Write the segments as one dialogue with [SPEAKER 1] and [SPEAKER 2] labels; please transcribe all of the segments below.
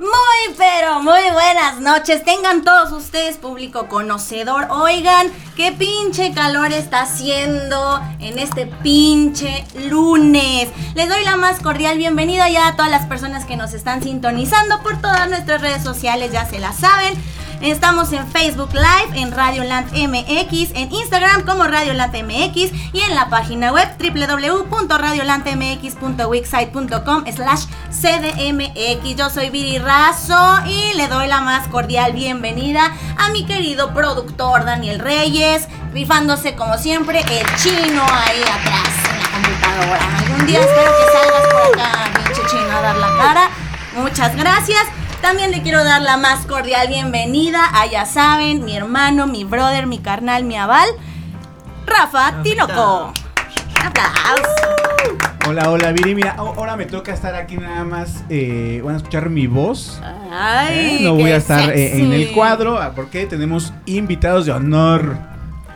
[SPEAKER 1] Muy, pero muy buenas noches. Tengan todos ustedes, público conocedor. Oigan, qué pinche calor está haciendo en este pinche lunes. Les doy la más cordial bienvenida ya a todas las personas que nos están sintonizando por todas nuestras redes sociales, ya se las saben. Estamos en Facebook Live, en Radioland MX, en Instagram como Radioland MX y en la página web www.radiolandmx.wixsite.com slash cdmx. Yo soy Viri Razo y le doy la más cordial bienvenida a mi querido productor Daniel Reyes, rifándose como siempre el chino ahí atrás en la computadora. Algún día espero que salgas por acá, pinche chino, a dar la cara. Muchas gracias. También le quiero dar la más cordial bienvenida a, ya saben, mi hermano, mi brother, mi carnal, mi aval, Rafa Tinoco. Un aplauso.
[SPEAKER 2] Hola, hola, Viri. Mira, a- ahora me toca estar aquí nada más. eh, van a escuchar mi voz.
[SPEAKER 1] Ay,
[SPEAKER 2] Eh, no
[SPEAKER 1] qué
[SPEAKER 2] voy a estar eh, en el
[SPEAKER 1] sexy.
[SPEAKER 2] cuadro ah, porque tenemos invitados de honor.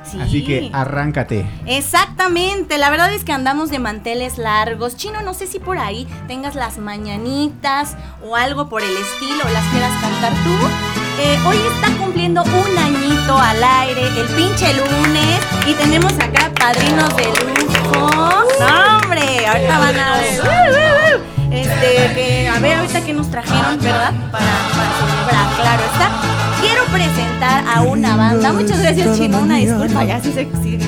[SPEAKER 1] Sí.
[SPEAKER 2] Así que arráncate.
[SPEAKER 1] Exactamente, la verdad es que andamos de manteles largos. Chino, no sé si por ahí tengas las mañanitas o algo por el estilo, las quieras cantar tú. Eh, hoy está cumpliendo un añito al aire, el pinche lunes, y tenemos acá padrinos de lujo. ¡No, hombre! Ahorita van a ver. Este, que, a ver, ahorita que nos trajeron, ¿verdad? Para, para celebrar, claro está. Quiero presentar a una banda. Muchas gracias, Chino. Una disculpa, ya sí se sí,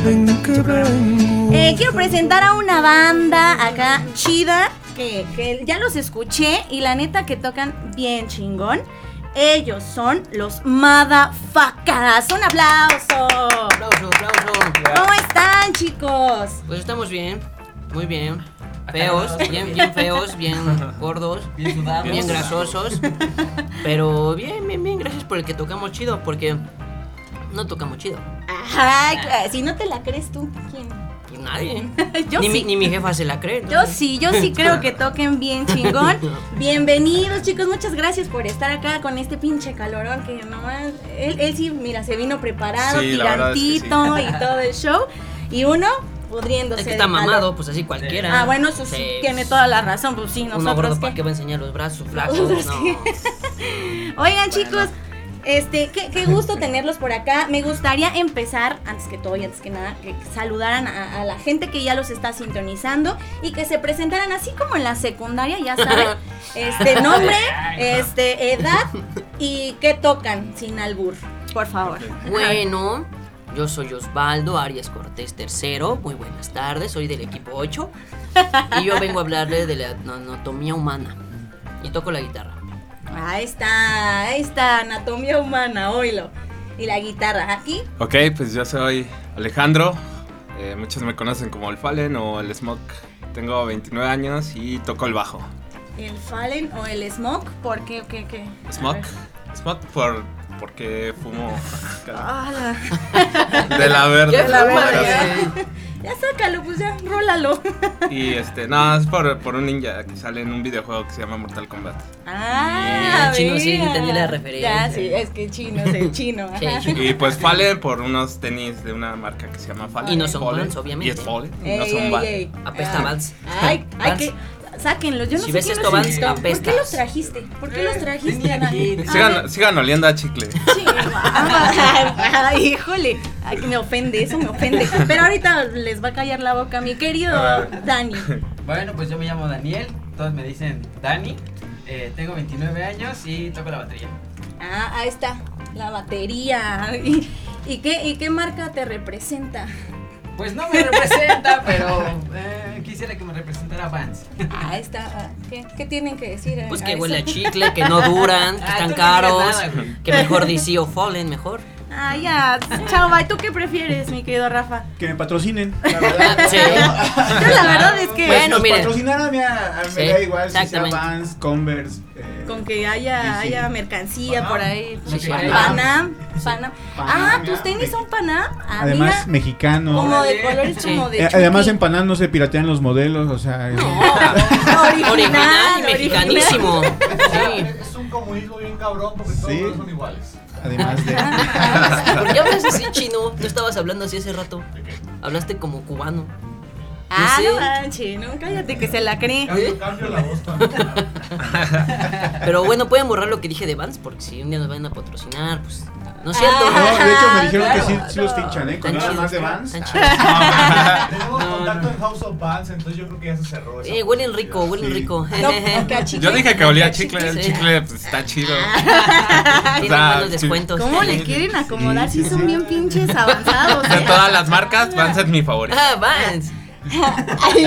[SPEAKER 1] eh, quiero presentar a una banda acá chida que, que ya los escuché y la neta que tocan bien chingón. Ellos son los Madafacas. Un aplauso.
[SPEAKER 3] Aplauso, aplauso.
[SPEAKER 1] ¿Cómo están, chicos?
[SPEAKER 3] Pues estamos bien, muy bien. Feos, bien, bien feos, bien gordos, bien grasosos. Pero bien, bien, bien, gracias por el que tocamos chido, porque no tocamos chido.
[SPEAKER 1] Ajá, cla- si no te la crees tú, ¿quién?
[SPEAKER 3] Pues nadie.
[SPEAKER 1] Yo
[SPEAKER 3] Ah. ni,
[SPEAKER 1] sí.
[SPEAKER 3] mi, ni mi jefa se la cree. ¿no?
[SPEAKER 1] Yo sí, yo sí creo que toquen bien chingón. Bienvenidos, chicos. Muchas gracias por estar acá con este pinche calorón que nomás. Él, él sí, mira, se vino preparado,
[SPEAKER 4] Sí, la verdad es que sí.
[SPEAKER 1] tirantito y todo el show. Y uno pudriéndose.
[SPEAKER 3] Es que
[SPEAKER 1] de
[SPEAKER 3] está
[SPEAKER 1] calor.
[SPEAKER 3] mamado, pues así cualquiera.
[SPEAKER 1] Ah, bueno, eso sí, tiene toda la razón. Pues sí,
[SPEAKER 3] Uno
[SPEAKER 1] nosotros.
[SPEAKER 3] gordo, ¿para
[SPEAKER 1] ¿qué?
[SPEAKER 3] qué va a enseñar los brazos flacos?
[SPEAKER 1] Nosotros
[SPEAKER 3] No.
[SPEAKER 1] qué. Oigan, chicos. Este, qué, qué gusto tenerlos por acá. Me gustaría empezar, antes que todo y antes que nada, que saludaran a, a la gente que ya los está sintonizando y que se presentaran así como en la secundaria, ya saben, este nombre, este edad y qué tocan sin albur, por favor.
[SPEAKER 3] Bueno, yo soy Osvaldo Arias Cortés III. Muy buenas tardes, soy del equipo 8. Y yo vengo a hablarle de la anatomía humana. Y toco la guitarra.
[SPEAKER 1] Ahí está, ahí está, anatomía humana, oílo. Y la guitarra aquí.
[SPEAKER 4] Ok, pues yo soy Alejandro. Eh, muchos me conocen como el Fallen o el Smoke. Tengo 29 años y toco el bajo.
[SPEAKER 1] El Fallen o el Smoke, ¿por qué? ¿Qué? qué? A
[SPEAKER 4] Smoke.
[SPEAKER 1] ver.
[SPEAKER 4] Smoke por, porque fumo
[SPEAKER 1] Ala.
[SPEAKER 4] de la verde.
[SPEAKER 3] Ah. Ya la verde.
[SPEAKER 4] Casi.
[SPEAKER 1] Ya sácalo, pues ya, rólalo.
[SPEAKER 4] Y este, no, es por, por un ninja que sale en un videojuego que se llama Mortal Kombat.
[SPEAKER 1] Ah,
[SPEAKER 3] el chino sí
[SPEAKER 1] mira.
[SPEAKER 3] entendí la referencia.
[SPEAKER 1] Ya, sí, es que chino es el chino.
[SPEAKER 3] Sí,
[SPEAKER 1] ajá.
[SPEAKER 3] chino.
[SPEAKER 4] Y pues Fallen por unos tenis de una marca que se llama Fallen.
[SPEAKER 3] Y no son
[SPEAKER 4] Fallen.
[SPEAKER 3] Vans, obviamente.
[SPEAKER 4] Y es Fallen. y
[SPEAKER 1] Ey,
[SPEAKER 4] no son
[SPEAKER 1] ey,
[SPEAKER 4] Vans.
[SPEAKER 1] ey.
[SPEAKER 3] Apesta
[SPEAKER 1] Ah.
[SPEAKER 3] Vans.
[SPEAKER 1] Ay, ay,
[SPEAKER 3] Vans.
[SPEAKER 1] que. Sáquenlos, yo no sé
[SPEAKER 3] Si ves
[SPEAKER 1] quién
[SPEAKER 3] esto,
[SPEAKER 1] los
[SPEAKER 3] Vans,
[SPEAKER 1] invitó. ¿Por qué
[SPEAKER 3] apestas.
[SPEAKER 1] los trajiste? ¿Por qué los trajiste, Ah, Ana? A
[SPEAKER 4] Sigan,
[SPEAKER 1] ver,
[SPEAKER 4] sigan oliendo a chicle.
[SPEAKER 1] Chihuahua. Ay, ah, Híjole, Ay, me ofende, eso me ofende. Pero ahorita les va a callar la boca mi querido Dani.
[SPEAKER 5] Bueno, pues yo me llamo Daniel, todos me dicen Dani, eh, tengo 29 años y toco la batería.
[SPEAKER 1] Ah, ahí está, la batería. ¿Y, y qué, ¿Y qué marca te representa?
[SPEAKER 5] Pues no me representa, pero eh, quisiera que me representara Vans.
[SPEAKER 1] Ah, está. ah, ¿Qué, qué tienen que decir? eh,
[SPEAKER 3] Pues
[SPEAKER 1] a
[SPEAKER 3] que
[SPEAKER 1] eso?
[SPEAKER 3] huele a chicle, que no duran, que
[SPEAKER 5] Ah,
[SPEAKER 3] están
[SPEAKER 5] tú no digas
[SPEAKER 3] caros.
[SPEAKER 5] nada, güey.
[SPEAKER 3] Que mejor DC o Fallen, mejor.
[SPEAKER 1] Ah, ya. Chao, bye. ¿Tú qué prefieres, mi querido Rafa?
[SPEAKER 2] Que me patrocinen, la verdad.
[SPEAKER 3] Sí.
[SPEAKER 1] Yo la verdad es que
[SPEAKER 2] Pues, si
[SPEAKER 3] Bueno,
[SPEAKER 2] nos
[SPEAKER 3] miren.
[SPEAKER 2] patrocinaran, mira, a mí me
[SPEAKER 3] Sí,
[SPEAKER 2] da igual si sea
[SPEAKER 3] exactamente.
[SPEAKER 2] Vans, Converse. eh,
[SPEAKER 1] con que haya,
[SPEAKER 2] Sí, sí.
[SPEAKER 1] haya mercancía
[SPEAKER 5] Panam.
[SPEAKER 1] por ahí.
[SPEAKER 5] Lo que
[SPEAKER 3] haya.
[SPEAKER 1] Panam, Panam. Ah,
[SPEAKER 2] Panam,
[SPEAKER 1] tus
[SPEAKER 2] mira,
[SPEAKER 1] tenis son Panam. Ah,
[SPEAKER 2] Además,
[SPEAKER 1] mira. Como
[SPEAKER 2] mexicano.
[SPEAKER 1] de colores
[SPEAKER 3] Sí.
[SPEAKER 1] como de.
[SPEAKER 2] Eh, además,
[SPEAKER 1] Chucky.
[SPEAKER 2] en Panam no se piratean los modelos, o sea. es-
[SPEAKER 1] original,
[SPEAKER 3] Original y
[SPEAKER 1] original.
[SPEAKER 3] mexicanísimo. Sí.
[SPEAKER 6] Es un comunismo bien cabrón porque
[SPEAKER 2] Sí.
[SPEAKER 6] todos son iguales.
[SPEAKER 2] Además de.
[SPEAKER 3] ¿Por qué hablas así chino? Tú estabas hablando así hace rato. Hablaste como cubano.
[SPEAKER 1] Ah,
[SPEAKER 3] Sí.
[SPEAKER 1] no manches, no, cállate que se la cree.
[SPEAKER 6] Cambio, cambio la voz también.
[SPEAKER 3] Pero bueno, pueden borrar lo que dije de Vans porque si un día nos van a patrocinar, pues. No es cierto.
[SPEAKER 2] No, de hecho me dijeron que
[SPEAKER 1] claro,
[SPEAKER 2] sí, sí los
[SPEAKER 1] no.
[SPEAKER 2] fichan, ¿eh? Ah. Con
[SPEAKER 3] Tan
[SPEAKER 2] nada
[SPEAKER 3] chidos,
[SPEAKER 2] más de
[SPEAKER 3] tan
[SPEAKER 2] Vans.
[SPEAKER 3] chidos.
[SPEAKER 6] Tenemos contacto en House of Bands, entonces yo creo que ya se cerró. esa
[SPEAKER 3] Eh, huelen rico, huelen
[SPEAKER 2] Sí.
[SPEAKER 3] rico.
[SPEAKER 1] No, cachique.
[SPEAKER 4] Yo dije que olía a chicle, el
[SPEAKER 3] Sí.
[SPEAKER 4] chicle pues, está chido.
[SPEAKER 3] Tienen
[SPEAKER 4] O sea,
[SPEAKER 3] buenos
[SPEAKER 4] sí.
[SPEAKER 3] descuentos.
[SPEAKER 1] ¿Cómo le
[SPEAKER 3] Sí.
[SPEAKER 1] quieren acomodar
[SPEAKER 2] Sí,
[SPEAKER 1] si
[SPEAKER 2] sí,
[SPEAKER 1] son
[SPEAKER 2] sí.
[SPEAKER 1] bien pinches avanzados? ¿eh?
[SPEAKER 4] De todas las marcas, Vans es mi favorito.
[SPEAKER 3] Ah, Vans.
[SPEAKER 1] Ay,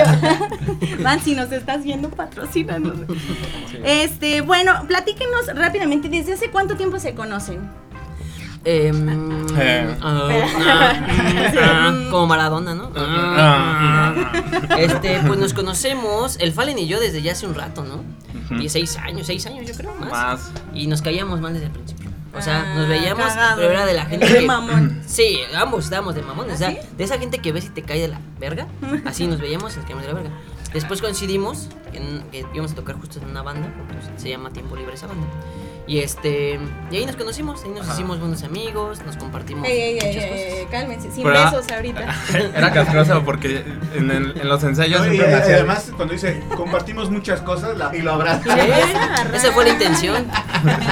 [SPEAKER 1] Van, si nos estás viendo, patrocínanos. Este, bueno, platíquenos rápidamente, ¿desde hace cuánto tiempo se conocen?
[SPEAKER 3] Eh, mm,
[SPEAKER 4] Eh.
[SPEAKER 3] ah, ah, ah, como Maradona, ¿no? Ah, Este, pues nos conocemos, el Fallen y yo desde ya hace un rato, ¿no?
[SPEAKER 4] Ujú.
[SPEAKER 3] 16 años, 6 años yo creo, más.
[SPEAKER 4] Más.
[SPEAKER 3] Y nos caíamos mal desde el principio. O sea,
[SPEAKER 1] Ah,
[SPEAKER 3] nos veíamos,
[SPEAKER 1] cagado.
[SPEAKER 3] pero era de la gente
[SPEAKER 1] De
[SPEAKER 3] que-
[SPEAKER 1] mamón. ¿Ah,
[SPEAKER 3] Sí, ambos estábamos de mamones. o sea, de esa gente que ves y te cae de la verga. Así nos veíamos y nos caíamos de la verga. Después coincidimos en- que íbamos a tocar justo en una banda. pues, se llama Tiempo Libre esa banda. Y este. Y ahí nos conocimos, ahí nos hicimos buenos amigos, nos compartimos
[SPEAKER 1] Ey, ey, ey,
[SPEAKER 3] muchas
[SPEAKER 1] ey,
[SPEAKER 3] cosas.
[SPEAKER 1] ey, Eh, cálmense, sin
[SPEAKER 4] Pero- ah,
[SPEAKER 1] besos ahorita.
[SPEAKER 4] Era castroso porque en, el- en los ensayos
[SPEAKER 2] No, y,
[SPEAKER 4] siempre me hacía-
[SPEAKER 2] además, cuando dice compartimos muchas cosas, la- y lo abrazo.
[SPEAKER 3] ¿Eh? Esa fue la intención.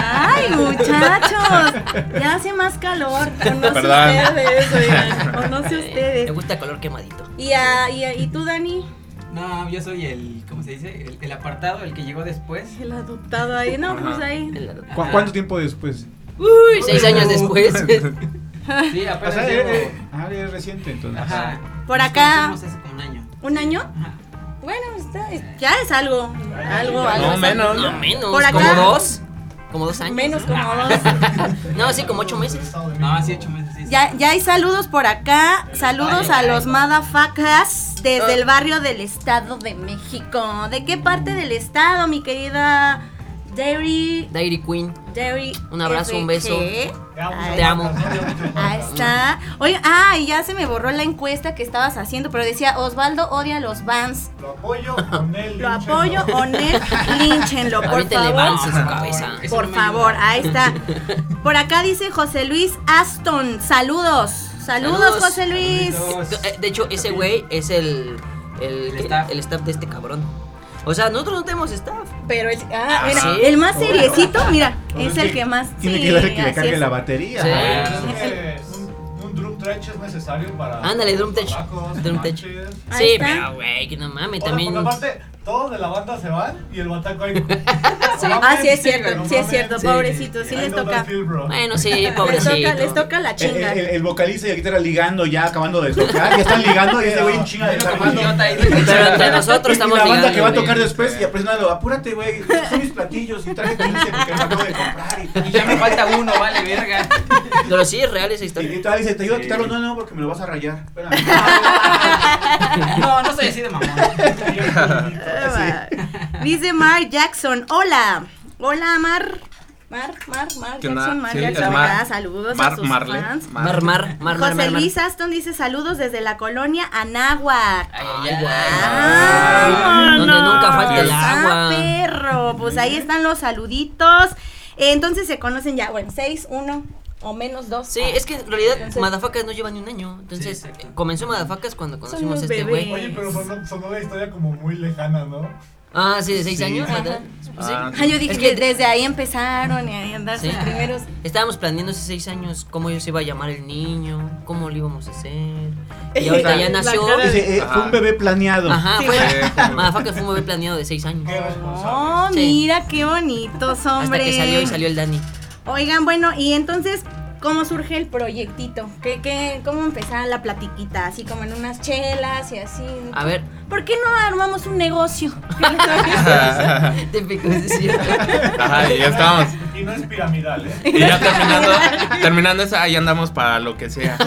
[SPEAKER 1] Ay, muchachos, ya hace más calor. O no sé
[SPEAKER 4] Perdón.
[SPEAKER 1] ustedes, oigan, o no sé
[SPEAKER 3] Eh, Me
[SPEAKER 1] ustedes.
[SPEAKER 3] gusta color quemadito.
[SPEAKER 1] Y, a- y, a- y tú, Dani,
[SPEAKER 5] No, yo soy el, ¿cómo se dice? El, el apartado, el que llegó después.
[SPEAKER 1] el adoptado ahí, no, pues ahí.
[SPEAKER 2] ¿Cu- ¿Cuánto tiempo después?
[SPEAKER 3] Uy, seis años después.
[SPEAKER 5] Sí,
[SPEAKER 2] O
[SPEAKER 5] apenas
[SPEAKER 2] sea,
[SPEAKER 5] llevo-
[SPEAKER 2] eh, eh, ah, es reciente entonces.
[SPEAKER 5] Ajá.
[SPEAKER 1] Por
[SPEAKER 5] Nos
[SPEAKER 1] acá.
[SPEAKER 5] conocimos hace como un año.
[SPEAKER 1] ¿Un año?
[SPEAKER 5] Ajá.
[SPEAKER 1] Bueno, está- ya es algo, algo, algo.
[SPEAKER 4] No,
[SPEAKER 1] es
[SPEAKER 4] menos.
[SPEAKER 3] No, menos.
[SPEAKER 1] Por acá.
[SPEAKER 3] Como dos. Como dos años.
[SPEAKER 1] Menos como dos.
[SPEAKER 3] No, sí, como ocho meses.
[SPEAKER 5] No, hace ocho meses. sí.
[SPEAKER 1] Ya, ya hay saludos por acá. Saludos a los madafacas desde el barrio del Estado de México. ¿De qué parte del estado, mi querida Dairy?
[SPEAKER 3] Dairy Queen.
[SPEAKER 1] Dairy.
[SPEAKER 3] Un abrazo, un beso.
[SPEAKER 1] Ahí,
[SPEAKER 3] Te amo.
[SPEAKER 1] ahí está. Oye, ah, y ya se me borró la encuesta que estabas haciendo, pero decía Osvaldo odia a los Vans.
[SPEAKER 6] Lo apoyo con él.
[SPEAKER 1] Lo apoyo, Onel, línchenlo, por
[SPEAKER 3] Ahorita le
[SPEAKER 1] favor.
[SPEAKER 3] Vans en su cabeza.
[SPEAKER 5] Eso
[SPEAKER 1] Por
[SPEAKER 5] no me
[SPEAKER 1] favor,
[SPEAKER 5] ayuda.
[SPEAKER 1] ahí está. Por acá dice José Luis Aston. Saludos. Saludos,
[SPEAKER 3] Saludos.
[SPEAKER 1] José Luis.
[SPEAKER 3] Eh, De hecho, ese güey es el, el,
[SPEAKER 5] El
[SPEAKER 3] el staff.
[SPEAKER 5] staff.
[SPEAKER 3] de este cabrón. O sea, nosotros no tenemos staff.
[SPEAKER 1] Pero el, ah, mira,
[SPEAKER 3] ¿sí?
[SPEAKER 1] el más seriecito, mira,
[SPEAKER 2] Entonces,
[SPEAKER 1] es el
[SPEAKER 2] sí,
[SPEAKER 1] que más.
[SPEAKER 2] Tiene
[SPEAKER 1] sí,
[SPEAKER 2] que dar que
[SPEAKER 1] así
[SPEAKER 2] le
[SPEAKER 1] es.
[SPEAKER 2] cargue la batería.
[SPEAKER 3] Sí.
[SPEAKER 6] Un, un drum trench es necesario para.
[SPEAKER 3] Ándale, drum tech.
[SPEAKER 6] tech
[SPEAKER 3] Drum tech.
[SPEAKER 1] Ahí
[SPEAKER 3] Sí,
[SPEAKER 1] está.
[SPEAKER 3] pero güey, que no mames,
[SPEAKER 6] También.
[SPEAKER 3] también.
[SPEAKER 6] Porque aparte, todos de la banda se van y el bataco ahí.
[SPEAKER 1] Ah, sí es cierto, sí es cierto,
[SPEAKER 3] Sí.
[SPEAKER 1] pobrecito, sí
[SPEAKER 6] I
[SPEAKER 1] les
[SPEAKER 6] know that
[SPEAKER 1] toca.
[SPEAKER 6] feel, bro.
[SPEAKER 3] Bueno, sí,
[SPEAKER 1] Les
[SPEAKER 3] pobrecito.
[SPEAKER 1] toca, les toca
[SPEAKER 4] Eh,
[SPEAKER 1] la
[SPEAKER 2] El,
[SPEAKER 1] chinga.
[SPEAKER 2] el- el- el vocalista y la guitarra ligando ya, acabando de tocar. Ya están ligando y ese güey en chinga desarmando.
[SPEAKER 5] Idiota ahí.
[SPEAKER 3] Pero entre nosotros
[SPEAKER 2] Y
[SPEAKER 3] estamos
[SPEAKER 2] la banda
[SPEAKER 3] ligando,
[SPEAKER 2] que va a
[SPEAKER 3] güey.
[SPEAKER 2] tocar después y apresionalo, apúrate, güey. Son mis platillos y traje 15 porque me acabo de comprar.
[SPEAKER 5] Y ya me falta uno, vale, verga.
[SPEAKER 3] Pero sí es real esa
[SPEAKER 2] Y, y,
[SPEAKER 3] historia.
[SPEAKER 2] tal, dice, te ayudo a quitarlo. No, no, porque me lo vas a rayar. Espérame.
[SPEAKER 5] Ah,
[SPEAKER 4] eh,
[SPEAKER 5] No, no soy así de mamón.
[SPEAKER 1] Ah, va. Dice Mar Jackson, hola. Hola, Mar. Mar, Mar, Mar
[SPEAKER 4] ¿Qué onda?
[SPEAKER 1] Jackson, Mar
[SPEAKER 4] Sí,
[SPEAKER 1] Jackson.
[SPEAKER 4] es Mar.
[SPEAKER 1] acá, Saludos a
[SPEAKER 4] Mar,
[SPEAKER 1] sus
[SPEAKER 4] Marle.
[SPEAKER 1] fans.
[SPEAKER 3] Mar, mar, mar, mar,
[SPEAKER 1] José
[SPEAKER 3] mar. mar.
[SPEAKER 1] Luis Aston dice saludos desde la colonia Anáhuac.
[SPEAKER 3] Ay, ay,
[SPEAKER 1] Ah,
[SPEAKER 3] ay. Donde nunca falta el
[SPEAKER 1] Ah,
[SPEAKER 3] agua.
[SPEAKER 1] perro. Pues ahí están los saluditos. Eh, Entonces se conocen ya, bueno, seis, uno o menos dos. Ah,
[SPEAKER 3] Sí, es que en realidad
[SPEAKER 1] Entonces-
[SPEAKER 3] Madafacas no lleva ni un año. Entonces,
[SPEAKER 5] Sí, exacto.
[SPEAKER 3] eh, comenzó Madafacas cuando
[SPEAKER 1] Son
[SPEAKER 3] conocimos a
[SPEAKER 1] los
[SPEAKER 3] este güey.
[SPEAKER 1] bebés.
[SPEAKER 6] Oye, pero pues sonó, sonó la historia como muy lejana, ¿no?
[SPEAKER 3] Ah, sí, de seis
[SPEAKER 4] Sí.
[SPEAKER 3] años.
[SPEAKER 4] Ajá.
[SPEAKER 3] ¿verdad? Pues sí.
[SPEAKER 4] Ah,
[SPEAKER 1] Ah, yo dije
[SPEAKER 3] Es
[SPEAKER 1] que,
[SPEAKER 3] que-
[SPEAKER 1] desde ahí empezaron y ahí andar
[SPEAKER 3] Sí.
[SPEAKER 1] sus primeros.
[SPEAKER 3] Estábamos planeando hace seis años cómo se iba a llamar el niño, cómo lo íbamos a hacer. Y ahorita ya
[SPEAKER 1] La
[SPEAKER 3] nació.
[SPEAKER 1] cara de-
[SPEAKER 2] Dice, eh, fue un bebé planeado.
[SPEAKER 3] Ajá,
[SPEAKER 1] Sí.
[SPEAKER 3] fue, Motherfucker fue un bebé planeado de seis años.
[SPEAKER 6] Qué responsable.
[SPEAKER 1] Oh,
[SPEAKER 3] Sí.
[SPEAKER 1] mira qué bonitos, hombre.
[SPEAKER 3] Hasta que salió y salió el Dani.
[SPEAKER 1] Oigan, bueno, y entonces ¿Cómo surge el proyectito? ¿Qué, qué, ¿Cómo empezar la platiquita? Así como en unas chelas y así.
[SPEAKER 3] A ver,
[SPEAKER 1] ¿Por qué no armamos un negocio?
[SPEAKER 4] Ajá,
[SPEAKER 3] típico, es decir.
[SPEAKER 4] y ya estamos.
[SPEAKER 6] Y no es piramidal, ¿eh?
[SPEAKER 4] Y ya terminando, terminando esa, ahí andamos para lo que sea.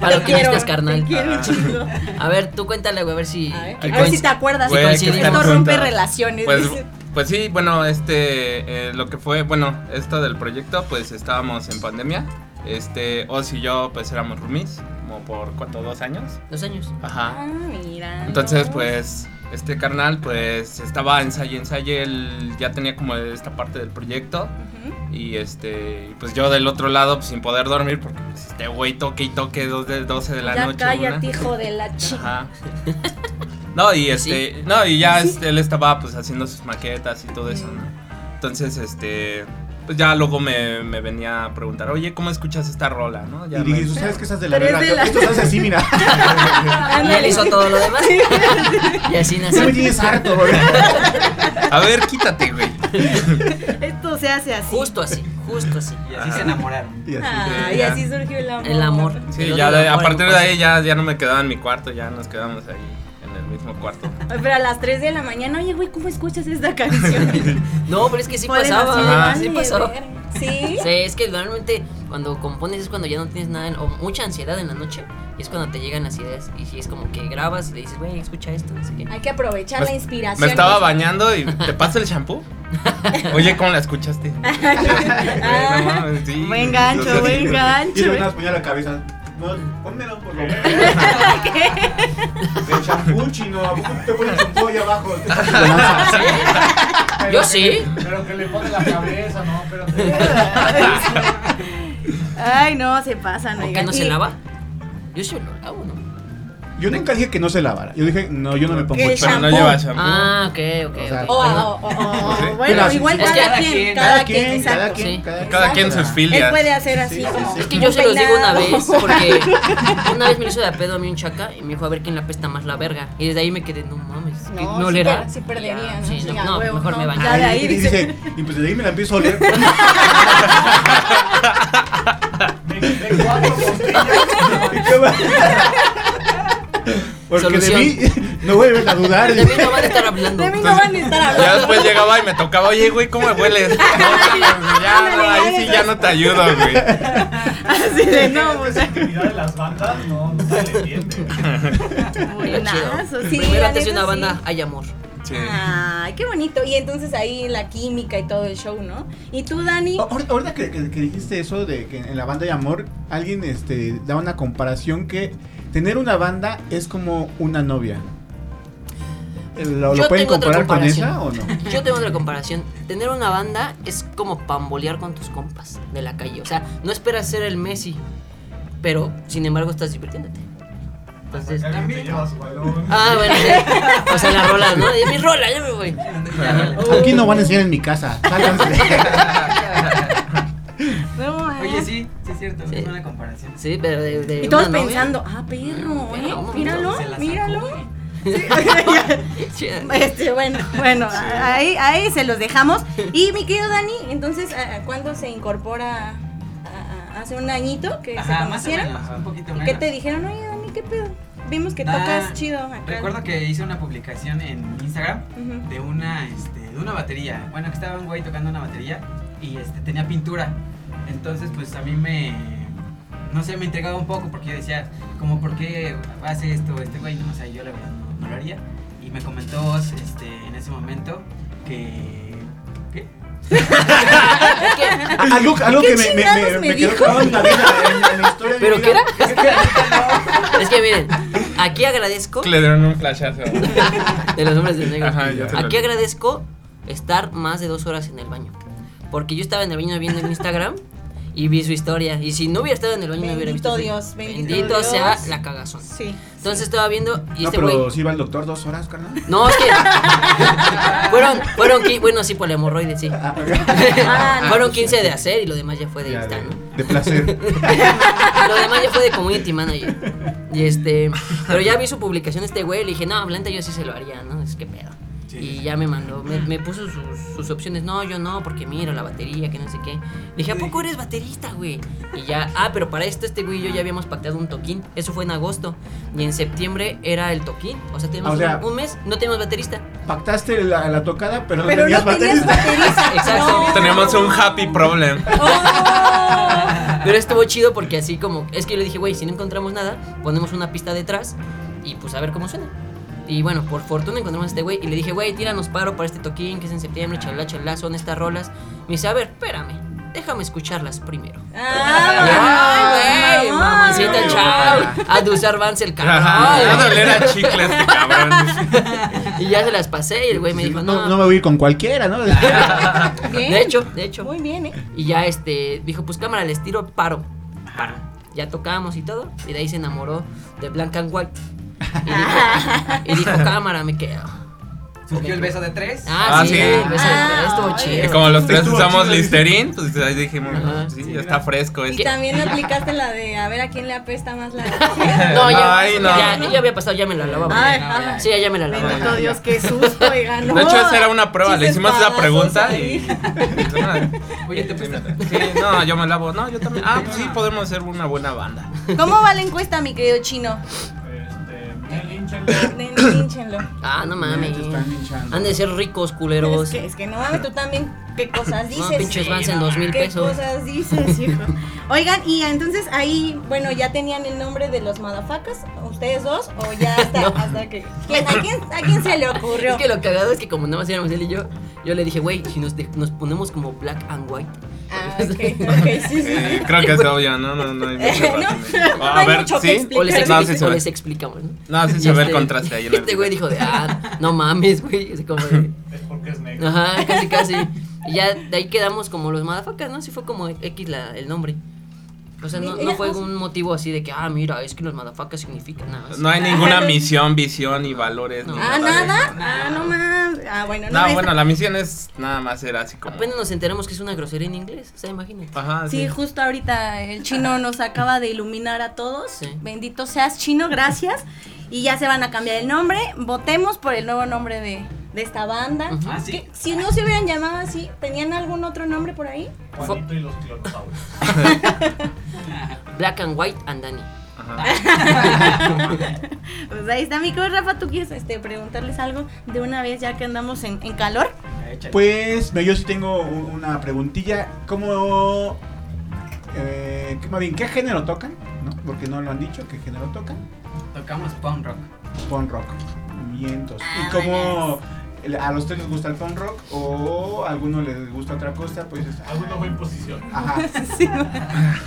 [SPEAKER 3] Para lo
[SPEAKER 1] Te
[SPEAKER 3] que
[SPEAKER 1] quiero,
[SPEAKER 3] vistas, carnal.
[SPEAKER 1] Te quiero un chingo.
[SPEAKER 3] A ver, tú cuéntale, güey, a ver si.
[SPEAKER 1] A ver,
[SPEAKER 4] Que
[SPEAKER 1] a ver
[SPEAKER 4] coinc-
[SPEAKER 1] si te acuerdas.
[SPEAKER 4] Güey,
[SPEAKER 3] coincidimos.
[SPEAKER 4] que
[SPEAKER 1] Esto
[SPEAKER 4] están
[SPEAKER 1] rompe
[SPEAKER 4] juntas.
[SPEAKER 1] relaciones.
[SPEAKER 4] Pues,
[SPEAKER 1] dice.
[SPEAKER 4] pues sí, bueno, este, eh, lo que fue, bueno, esto del proyecto, pues estábamos en pandemia. Este, Oz y yo, pues éramos roomies, como por cuánto, dos años.
[SPEAKER 3] Dos años.
[SPEAKER 1] Ah,
[SPEAKER 4] Ajá.
[SPEAKER 1] mira.
[SPEAKER 4] Entonces,
[SPEAKER 1] no.
[SPEAKER 4] pues, este carnal, pues estaba ensayo, ensayo, él ya tenía como esta parte del proyecto.
[SPEAKER 1] Ujú.
[SPEAKER 4] Y este, pues yo del otro lado, pues, sin poder dormir, porque pues, este güey toque y toque dos de 12 de la
[SPEAKER 1] ya
[SPEAKER 4] noche.
[SPEAKER 1] cállate,
[SPEAKER 4] una.
[SPEAKER 1] hijo de la chica.
[SPEAKER 4] Ajá. No, y este, no, y ya este, él estaba pues haciendo sus maquetas y todo eso, ¿no? Entonces, este, pues ya luego me, me venía a preguntar, oye, ¿cómo escuchas esta rola, no? Ya
[SPEAKER 2] Y
[SPEAKER 4] me-
[SPEAKER 2] dije, "Tú sabes que esas de la
[SPEAKER 1] Pero es
[SPEAKER 2] verga.
[SPEAKER 1] de la-
[SPEAKER 2] Esto se hace así, mira.
[SPEAKER 1] Ah,
[SPEAKER 3] Y él hizo todo lo demás. Y así
[SPEAKER 2] Ya me
[SPEAKER 3] nació.
[SPEAKER 2] tienes harto, güey.
[SPEAKER 4] A ver, quítate, güey.
[SPEAKER 1] Esto se hace así.
[SPEAKER 3] Justo así, justo así.
[SPEAKER 5] Y así se enamoraron.
[SPEAKER 2] Y así.
[SPEAKER 1] Ah, y
[SPEAKER 4] ya.
[SPEAKER 1] así surgió el amor.
[SPEAKER 3] El amor.
[SPEAKER 4] Sí,
[SPEAKER 3] El
[SPEAKER 4] ya
[SPEAKER 3] otro
[SPEAKER 4] de- a
[SPEAKER 3] amor,
[SPEAKER 4] partir de
[SPEAKER 3] pues.
[SPEAKER 4] ahí ya, ya no me quedaba en mi cuarto, ya nos quedamos ahí en el mismo cuarto.
[SPEAKER 1] Pero a las 3 de la mañana, oye, güey, ¿cómo escuchas esta canción?
[SPEAKER 3] No, pero es que sí
[SPEAKER 1] Ponen así de
[SPEAKER 3] pasaba.
[SPEAKER 1] grande,
[SPEAKER 3] Sí pasó.
[SPEAKER 1] ver. ¿Sí?
[SPEAKER 3] Sí, es que normalmente cuando compones es cuando ya no tienes nada en- o mucha ansiedad en la noche y es cuando te llegan las ideas y si es como que grabas y le dices, güey, escucha esto, no sé qué.
[SPEAKER 1] Hay que aprovechar la inspiración.
[SPEAKER 4] Me estaba bañando y te paso el shampoo. Oye, ¿cómo la escuchaste? Güey, no mames, sí.
[SPEAKER 1] Buen gancho, buen
[SPEAKER 2] Y
[SPEAKER 1] gancho.
[SPEAKER 2] le ponías la cabeza. No, pónmelo por lo menos. De champú chino, ¿a poco te pones champú ahí abajo?
[SPEAKER 6] Pero
[SPEAKER 3] Yo
[SPEAKER 6] que
[SPEAKER 3] sí.
[SPEAKER 6] le- Pero que le pone la cabeza, no, pero.
[SPEAKER 1] Ay, no, se pasan,
[SPEAKER 3] ¿Por
[SPEAKER 1] oigan.
[SPEAKER 3] qué no se
[SPEAKER 1] Y-
[SPEAKER 3] lava? Yo sí lo lavo, ¿no?
[SPEAKER 2] Yo nunca dije que no se lavara. Yo dije, no, yo no me pongo
[SPEAKER 1] Que
[SPEAKER 2] champú.
[SPEAKER 4] Pero no
[SPEAKER 1] shampoo.
[SPEAKER 4] lleva shampoo.
[SPEAKER 3] Ah, ok, ok.
[SPEAKER 2] O sea,
[SPEAKER 3] ok.
[SPEAKER 1] Oh, oh, oh, oh,
[SPEAKER 4] Sí.
[SPEAKER 1] Bueno,
[SPEAKER 2] Pero
[SPEAKER 1] igual
[SPEAKER 3] sí,
[SPEAKER 1] cada
[SPEAKER 3] sí. Cada
[SPEAKER 1] quien,
[SPEAKER 5] quien,
[SPEAKER 1] cada quien,
[SPEAKER 2] cada
[SPEAKER 1] exacto.
[SPEAKER 2] quien,
[SPEAKER 3] Sí.
[SPEAKER 2] cada,
[SPEAKER 4] Cada quien
[SPEAKER 1] Él
[SPEAKER 4] sus filias.
[SPEAKER 1] puede hacer así
[SPEAKER 2] Sí,
[SPEAKER 1] como.
[SPEAKER 2] sí,
[SPEAKER 3] Es
[SPEAKER 2] sí.
[SPEAKER 3] que yo se los digo una
[SPEAKER 1] peinado.
[SPEAKER 3] vez, porque una vez me lo hizo de a pedo a mí un chaca y me dijo a ver quién la pesta más la verga. Y desde ahí me quedé, no mames, ¿qué-
[SPEAKER 1] No,
[SPEAKER 3] no
[SPEAKER 1] sí
[SPEAKER 3] le
[SPEAKER 1] per- sí perdería, ¿no?
[SPEAKER 3] Sí,
[SPEAKER 1] Sí,
[SPEAKER 3] no,
[SPEAKER 1] a
[SPEAKER 3] no,
[SPEAKER 1] huevo,
[SPEAKER 3] mejor
[SPEAKER 1] no.
[SPEAKER 3] me baño.
[SPEAKER 1] Ya de ahí
[SPEAKER 2] Y dice, y pues de ahí me la empiezo a oler.
[SPEAKER 6] De, de cuatro costillas.
[SPEAKER 2] Porque de
[SPEAKER 3] Solución.
[SPEAKER 2] mí no vuelven a dudar.
[SPEAKER 3] De mí no van a estar hablando.
[SPEAKER 1] De mí no van a estar
[SPEAKER 4] Ya
[SPEAKER 1] hablando.
[SPEAKER 4] después llegaba y me tocaba, oye, güey, ¿cómo me hueles? No, pues, ya,
[SPEAKER 1] Ándale,
[SPEAKER 4] no, ahí sí
[SPEAKER 1] ándale.
[SPEAKER 4] ya no te ayudo, güey.
[SPEAKER 1] Así de no, pues, eh".
[SPEAKER 6] Esa intimidad de las bandas no, no se le entiende.
[SPEAKER 1] buenazo. Sí,
[SPEAKER 3] Primero
[SPEAKER 1] la
[SPEAKER 3] antes de
[SPEAKER 1] neta,
[SPEAKER 3] una
[SPEAKER 1] sí.
[SPEAKER 3] banda hay amor.
[SPEAKER 4] Sí.
[SPEAKER 1] Ay, qué bonito. Y entonces ahí la química y todo el show, ¿no? Y tú, Dani.
[SPEAKER 2] Ahor- Ahorita que, que- que dijiste eso de que en la banda de amor, alguien este, da una comparación que tener una banda es como una novia. Eh, ¿Lo, lo
[SPEAKER 3] Yo
[SPEAKER 2] pueden
[SPEAKER 3] tengo otra
[SPEAKER 2] comparar con
[SPEAKER 3] comparación.
[SPEAKER 2] esa o no?
[SPEAKER 3] Yo tengo otra comparación. Tener una banda es como pambolear con tus compas de la calle. O sea, no esperas ser el Messi, pero sin embargo estás divirtiéndote. Entonces,
[SPEAKER 6] Porque alguien te lleva su balón.
[SPEAKER 3] ah, bueno, sí. o sea, las rolas, ¿no? Y mis rolas, ya me voy.
[SPEAKER 2] Aquí no van a enseñar en mi casa. sálganse.
[SPEAKER 1] No, ah.
[SPEAKER 5] Oye, sí, sí es cierto,
[SPEAKER 3] Sí.
[SPEAKER 5] es una comparación.
[SPEAKER 3] Sí, pero de, de
[SPEAKER 1] Y todos
[SPEAKER 3] una novia.
[SPEAKER 1] pensando, ah, perro,
[SPEAKER 3] Pero,
[SPEAKER 1] ¿eh?
[SPEAKER 3] no,
[SPEAKER 1] Míralo,
[SPEAKER 5] Se la sacó,
[SPEAKER 1] míralo.
[SPEAKER 5] güey.
[SPEAKER 3] Sí.
[SPEAKER 1] Este, bueno, bueno, ahí, ahí se los dejamos. Y mi querido Dani, entonces, ¿a- a ¿cuándo se incorpora? A- a- ¿Hace un añito que se
[SPEAKER 5] Ajá, más o
[SPEAKER 1] conocieron?
[SPEAKER 5] menos, un poquito
[SPEAKER 1] ¿Y
[SPEAKER 5] menos.
[SPEAKER 1] qué te dijeron? Oye, Dani, ¿qué pedo? Vimos que
[SPEAKER 5] Ah,
[SPEAKER 1] tocas chido acá.
[SPEAKER 5] Recuerdo que hice una publicación en Instagram
[SPEAKER 1] Ujú.
[SPEAKER 5] de una, este, de una batería. Bueno, que estaba un güey tocando una batería y este, tenía pintura. Entonces, pues a mí me. No sé, me entregaba un poco porque yo decía, como, ¿por qué hace esto este güey? No, o sea, yo la verdad no, no lo haría. Y me comentó Oz, este, en ese momento que. ¿Qué?
[SPEAKER 2] algo algo
[SPEAKER 1] ¿Qué
[SPEAKER 2] que me, me- me-
[SPEAKER 1] chingados me
[SPEAKER 2] me quedó
[SPEAKER 1] dijo?
[SPEAKER 2] clavado en la vida, en la- en la historia de
[SPEAKER 3] ¿Pero
[SPEAKER 2] mi
[SPEAKER 3] qué
[SPEAKER 2] vida.
[SPEAKER 3] Es que miren, aquí agradezco
[SPEAKER 4] Le dieron un flashazo.
[SPEAKER 3] de los hombres de negro.
[SPEAKER 4] Ajá, ya se lo-
[SPEAKER 3] Aquí agradezco estar más de dos horas en el baño. Porque yo estaba en el baño viendo en Instagram y vi su historia. Y si no hubiera estado en el baño, no hubiera visto.
[SPEAKER 1] Bendito
[SPEAKER 3] su-
[SPEAKER 1] Dios, bendito
[SPEAKER 3] sea
[SPEAKER 1] Dios.
[SPEAKER 3] la cagazón.
[SPEAKER 1] Sí.
[SPEAKER 3] Entonces estaba viendo y
[SPEAKER 2] No,
[SPEAKER 3] este güey.
[SPEAKER 2] pero si iba al doctor dos horas, carnal.
[SPEAKER 3] No, es que. fueron, fueron. qui- Bueno, sí, por la hemorroide, sí.
[SPEAKER 1] Ah, no,
[SPEAKER 3] fueron
[SPEAKER 1] pues
[SPEAKER 3] 15 de hacer y lo demás ya fue de
[SPEAKER 2] Ya,
[SPEAKER 3] Insta,
[SPEAKER 2] de,
[SPEAKER 3] ¿no?
[SPEAKER 2] de placer.
[SPEAKER 3] Lo demás ya fue de community manager. Y este. Pero ya vi su publicación de este güey. Le dije, no, Blanta, yo sí se lo haría, ¿no? Es que pedo.
[SPEAKER 6] Sí.
[SPEAKER 3] Y ya me mandó, me, me puso sus, sus opciones. No, yo no, porque mira la batería, que no sé qué. Le dije, ¿a poco eres baterista, güey? Y ya, ah, pero para esto este güey y yo ya habíamos pactado un toquín. Eso fue en agosto. Y en septiembre era el toquín. O sea, tenemos
[SPEAKER 2] O sea-
[SPEAKER 3] un, un mes, no tenemos baterista.
[SPEAKER 2] Pactaste la, la tocada, pero,
[SPEAKER 1] Pero
[SPEAKER 2] no tenías
[SPEAKER 1] no tenías
[SPEAKER 2] baterista.
[SPEAKER 1] baterista.
[SPEAKER 3] Exacto.
[SPEAKER 1] No.
[SPEAKER 4] Tenemos un happy problem.
[SPEAKER 1] Oh.
[SPEAKER 3] Pero estuvo chido porque así como, es que yo le dije, güey, si no encontramos nada, ponemos una pista detrás y pues a ver cómo suena. Y bueno, por fortuna encontramos a este güey y le dije, güey, tíranos paro para este toquín que es en septiembre, chalá, chalá, son estas rolas. Me dice, a ver, espérame, déjame escucharlas primero.
[SPEAKER 1] Ah,
[SPEAKER 3] Ay, güey,
[SPEAKER 1] mamón.
[SPEAKER 3] mamoncita, chao. A dusar Vance el
[SPEAKER 4] Ajá,
[SPEAKER 3] cabrón.
[SPEAKER 4] a doler a chicle este cabrón.
[SPEAKER 3] Y ya se las pasé y el güey me dijo,
[SPEAKER 2] no,
[SPEAKER 3] no.
[SPEAKER 2] no me voy a ir con cualquiera, ¿no?
[SPEAKER 1] Bien.
[SPEAKER 3] De hecho, de hecho.
[SPEAKER 1] Muy bien, ¿eh?
[SPEAKER 3] Y ya este, dijo, pues cámara, les tiro paro. Paro. Ya tocábamos y todo. Y de ahí se enamoró de Black and White. Y dijo, y dijo, cámara, me quedo.
[SPEAKER 5] Surgió el beso de tres.
[SPEAKER 3] Ah,
[SPEAKER 4] Ah,
[SPEAKER 3] sí,
[SPEAKER 4] sí.
[SPEAKER 3] el beso de
[SPEAKER 1] Ah,
[SPEAKER 3] tres, estuvo
[SPEAKER 1] ay.
[SPEAKER 4] Y
[SPEAKER 3] chido.
[SPEAKER 4] como los tres
[SPEAKER 2] Estuvo
[SPEAKER 4] usamos
[SPEAKER 2] chido, dice.
[SPEAKER 4] Listerine, pues ahí dijimos,
[SPEAKER 3] Ajá.
[SPEAKER 4] sí, ya está fresco este".
[SPEAKER 1] Y
[SPEAKER 4] esto.
[SPEAKER 1] también aplicaste la de a ver a quién le apesta más la.
[SPEAKER 3] No, ya,
[SPEAKER 4] Ay, no.
[SPEAKER 3] ya, yo ya había pasado, ya me la lavaba.
[SPEAKER 1] Ay,
[SPEAKER 5] no,
[SPEAKER 1] ay.
[SPEAKER 3] Ah, Sí, ya, ya me la lavaba.
[SPEAKER 1] Bendito Dios, qué susto, oiga, no.
[SPEAKER 4] De hecho, esa era una prueba. Le
[SPEAKER 1] Chistes
[SPEAKER 4] hicimos esa
[SPEAKER 1] padazos
[SPEAKER 4] pregunta y. "Ah,
[SPEAKER 1] ahí.
[SPEAKER 5] Oye, te prestas.
[SPEAKER 4] Sí, no, yo me lavo. No, yo también. Ah, pues sí, podemos hacer una buena banda.
[SPEAKER 1] ¿Cómo va la encuesta, mi querido chino?
[SPEAKER 6] Este, Mel Hinchel.
[SPEAKER 1] Nen, Línchenlo.
[SPEAKER 3] Ah, no mames.
[SPEAKER 2] Te están linchando.
[SPEAKER 3] Han de ser ricos,
[SPEAKER 1] Pero Es
[SPEAKER 3] culeros.
[SPEAKER 1] que, es que no mames, tú también, ¿qué cosas dices?
[SPEAKER 3] pinches Vans en dos mil
[SPEAKER 1] ¿Qué
[SPEAKER 3] pesos.
[SPEAKER 1] cosas dices, hijo? Oigan, y entonces ahí, bueno, ¿ya tenían el nombre de los madafacas? ¿Ustedes dos? ¿O ya hasta,
[SPEAKER 3] No.
[SPEAKER 1] hasta que...? ¿quién- a, quién, ¿A quién se le ocurrió?
[SPEAKER 3] Es que lo cagado es que como nada más éramos él y yo, yo le dije, güey, si nos, de- nos ponemos como black and white.
[SPEAKER 1] Ah, ok, ok, sí, sí.
[SPEAKER 4] Eh, creo que es obvio, ¿no? No, no hay mucho
[SPEAKER 1] No,
[SPEAKER 4] rato.
[SPEAKER 1] no
[SPEAKER 4] A
[SPEAKER 1] hay
[SPEAKER 4] ver,
[SPEAKER 1] mucho que
[SPEAKER 4] sí.
[SPEAKER 1] explicar.
[SPEAKER 3] O les,
[SPEAKER 4] No,
[SPEAKER 3] expli-
[SPEAKER 4] sí se
[SPEAKER 3] o
[SPEAKER 4] ve.
[SPEAKER 3] les explicamos, ¿no?
[SPEAKER 4] No, sí
[SPEAKER 3] Y
[SPEAKER 4] se ve el
[SPEAKER 3] este-
[SPEAKER 4] contraste ahí en el
[SPEAKER 3] Este güey dijo de, ah, no mames, güey. Es como de,
[SPEAKER 6] Es porque es negro.
[SPEAKER 3] ajá, casi, casi. Y ya de ahí quedamos como los madafacas, ¿no? Así fue como X la, el nombre. O sea, no, no fue un motivo así de que, ah, mira, es que los madafacas significan nada. más.
[SPEAKER 4] No hay ninguna misión, visión y valores. ni
[SPEAKER 1] Ah,
[SPEAKER 4] nada de
[SPEAKER 1] ¿nada?
[SPEAKER 4] eso.
[SPEAKER 1] Ah, no mames. Ah, bueno, no.
[SPEAKER 4] No,
[SPEAKER 1] esa-
[SPEAKER 4] bueno, la misión es nada más era así como.
[SPEAKER 3] Apenas nos enteramos que es una grosería en inglés, o sea, imagínate.
[SPEAKER 4] Ajá,
[SPEAKER 1] Sí,
[SPEAKER 4] sí.
[SPEAKER 1] justo ahorita el chino nos acaba de iluminar a todos.
[SPEAKER 3] Sí.
[SPEAKER 1] Bendito seas, chino, gracias. Y ya se van a cambiar el nombre. Votemos por el nuevo nombre de, de esta banda.
[SPEAKER 3] Ujú.
[SPEAKER 5] Ah, sí.
[SPEAKER 1] ¿Qué- Si no se hubieran llamado así, ¿tenían algún otro nombre por ahí?
[SPEAKER 6] Juanito y los Clon Powers.
[SPEAKER 3] Black and white and Danny.
[SPEAKER 4] Ajá.
[SPEAKER 1] Pues ahí está, mi querido Rafa, ¿tú quieres este, preguntarles algo de una vez ya que andamos en, en calor?
[SPEAKER 5] Ah, Échale.
[SPEAKER 2] Pues me- yo sí tengo u- una preguntilla. ¿Cómo. Eh, qué- más bien, ¿qué género tocan? ¿No? Porque no lo han dicho, ¿qué género tocan?
[SPEAKER 5] Tocamos punk rock.
[SPEAKER 2] Punk rock. Vientos.
[SPEAKER 1] Ah,
[SPEAKER 2] ¿Y cómo el- a los tres les gusta el punk rock o a alguno les gusta otra cosa? Pues. es-
[SPEAKER 6] Alguno fue en posición.
[SPEAKER 2] Ajá.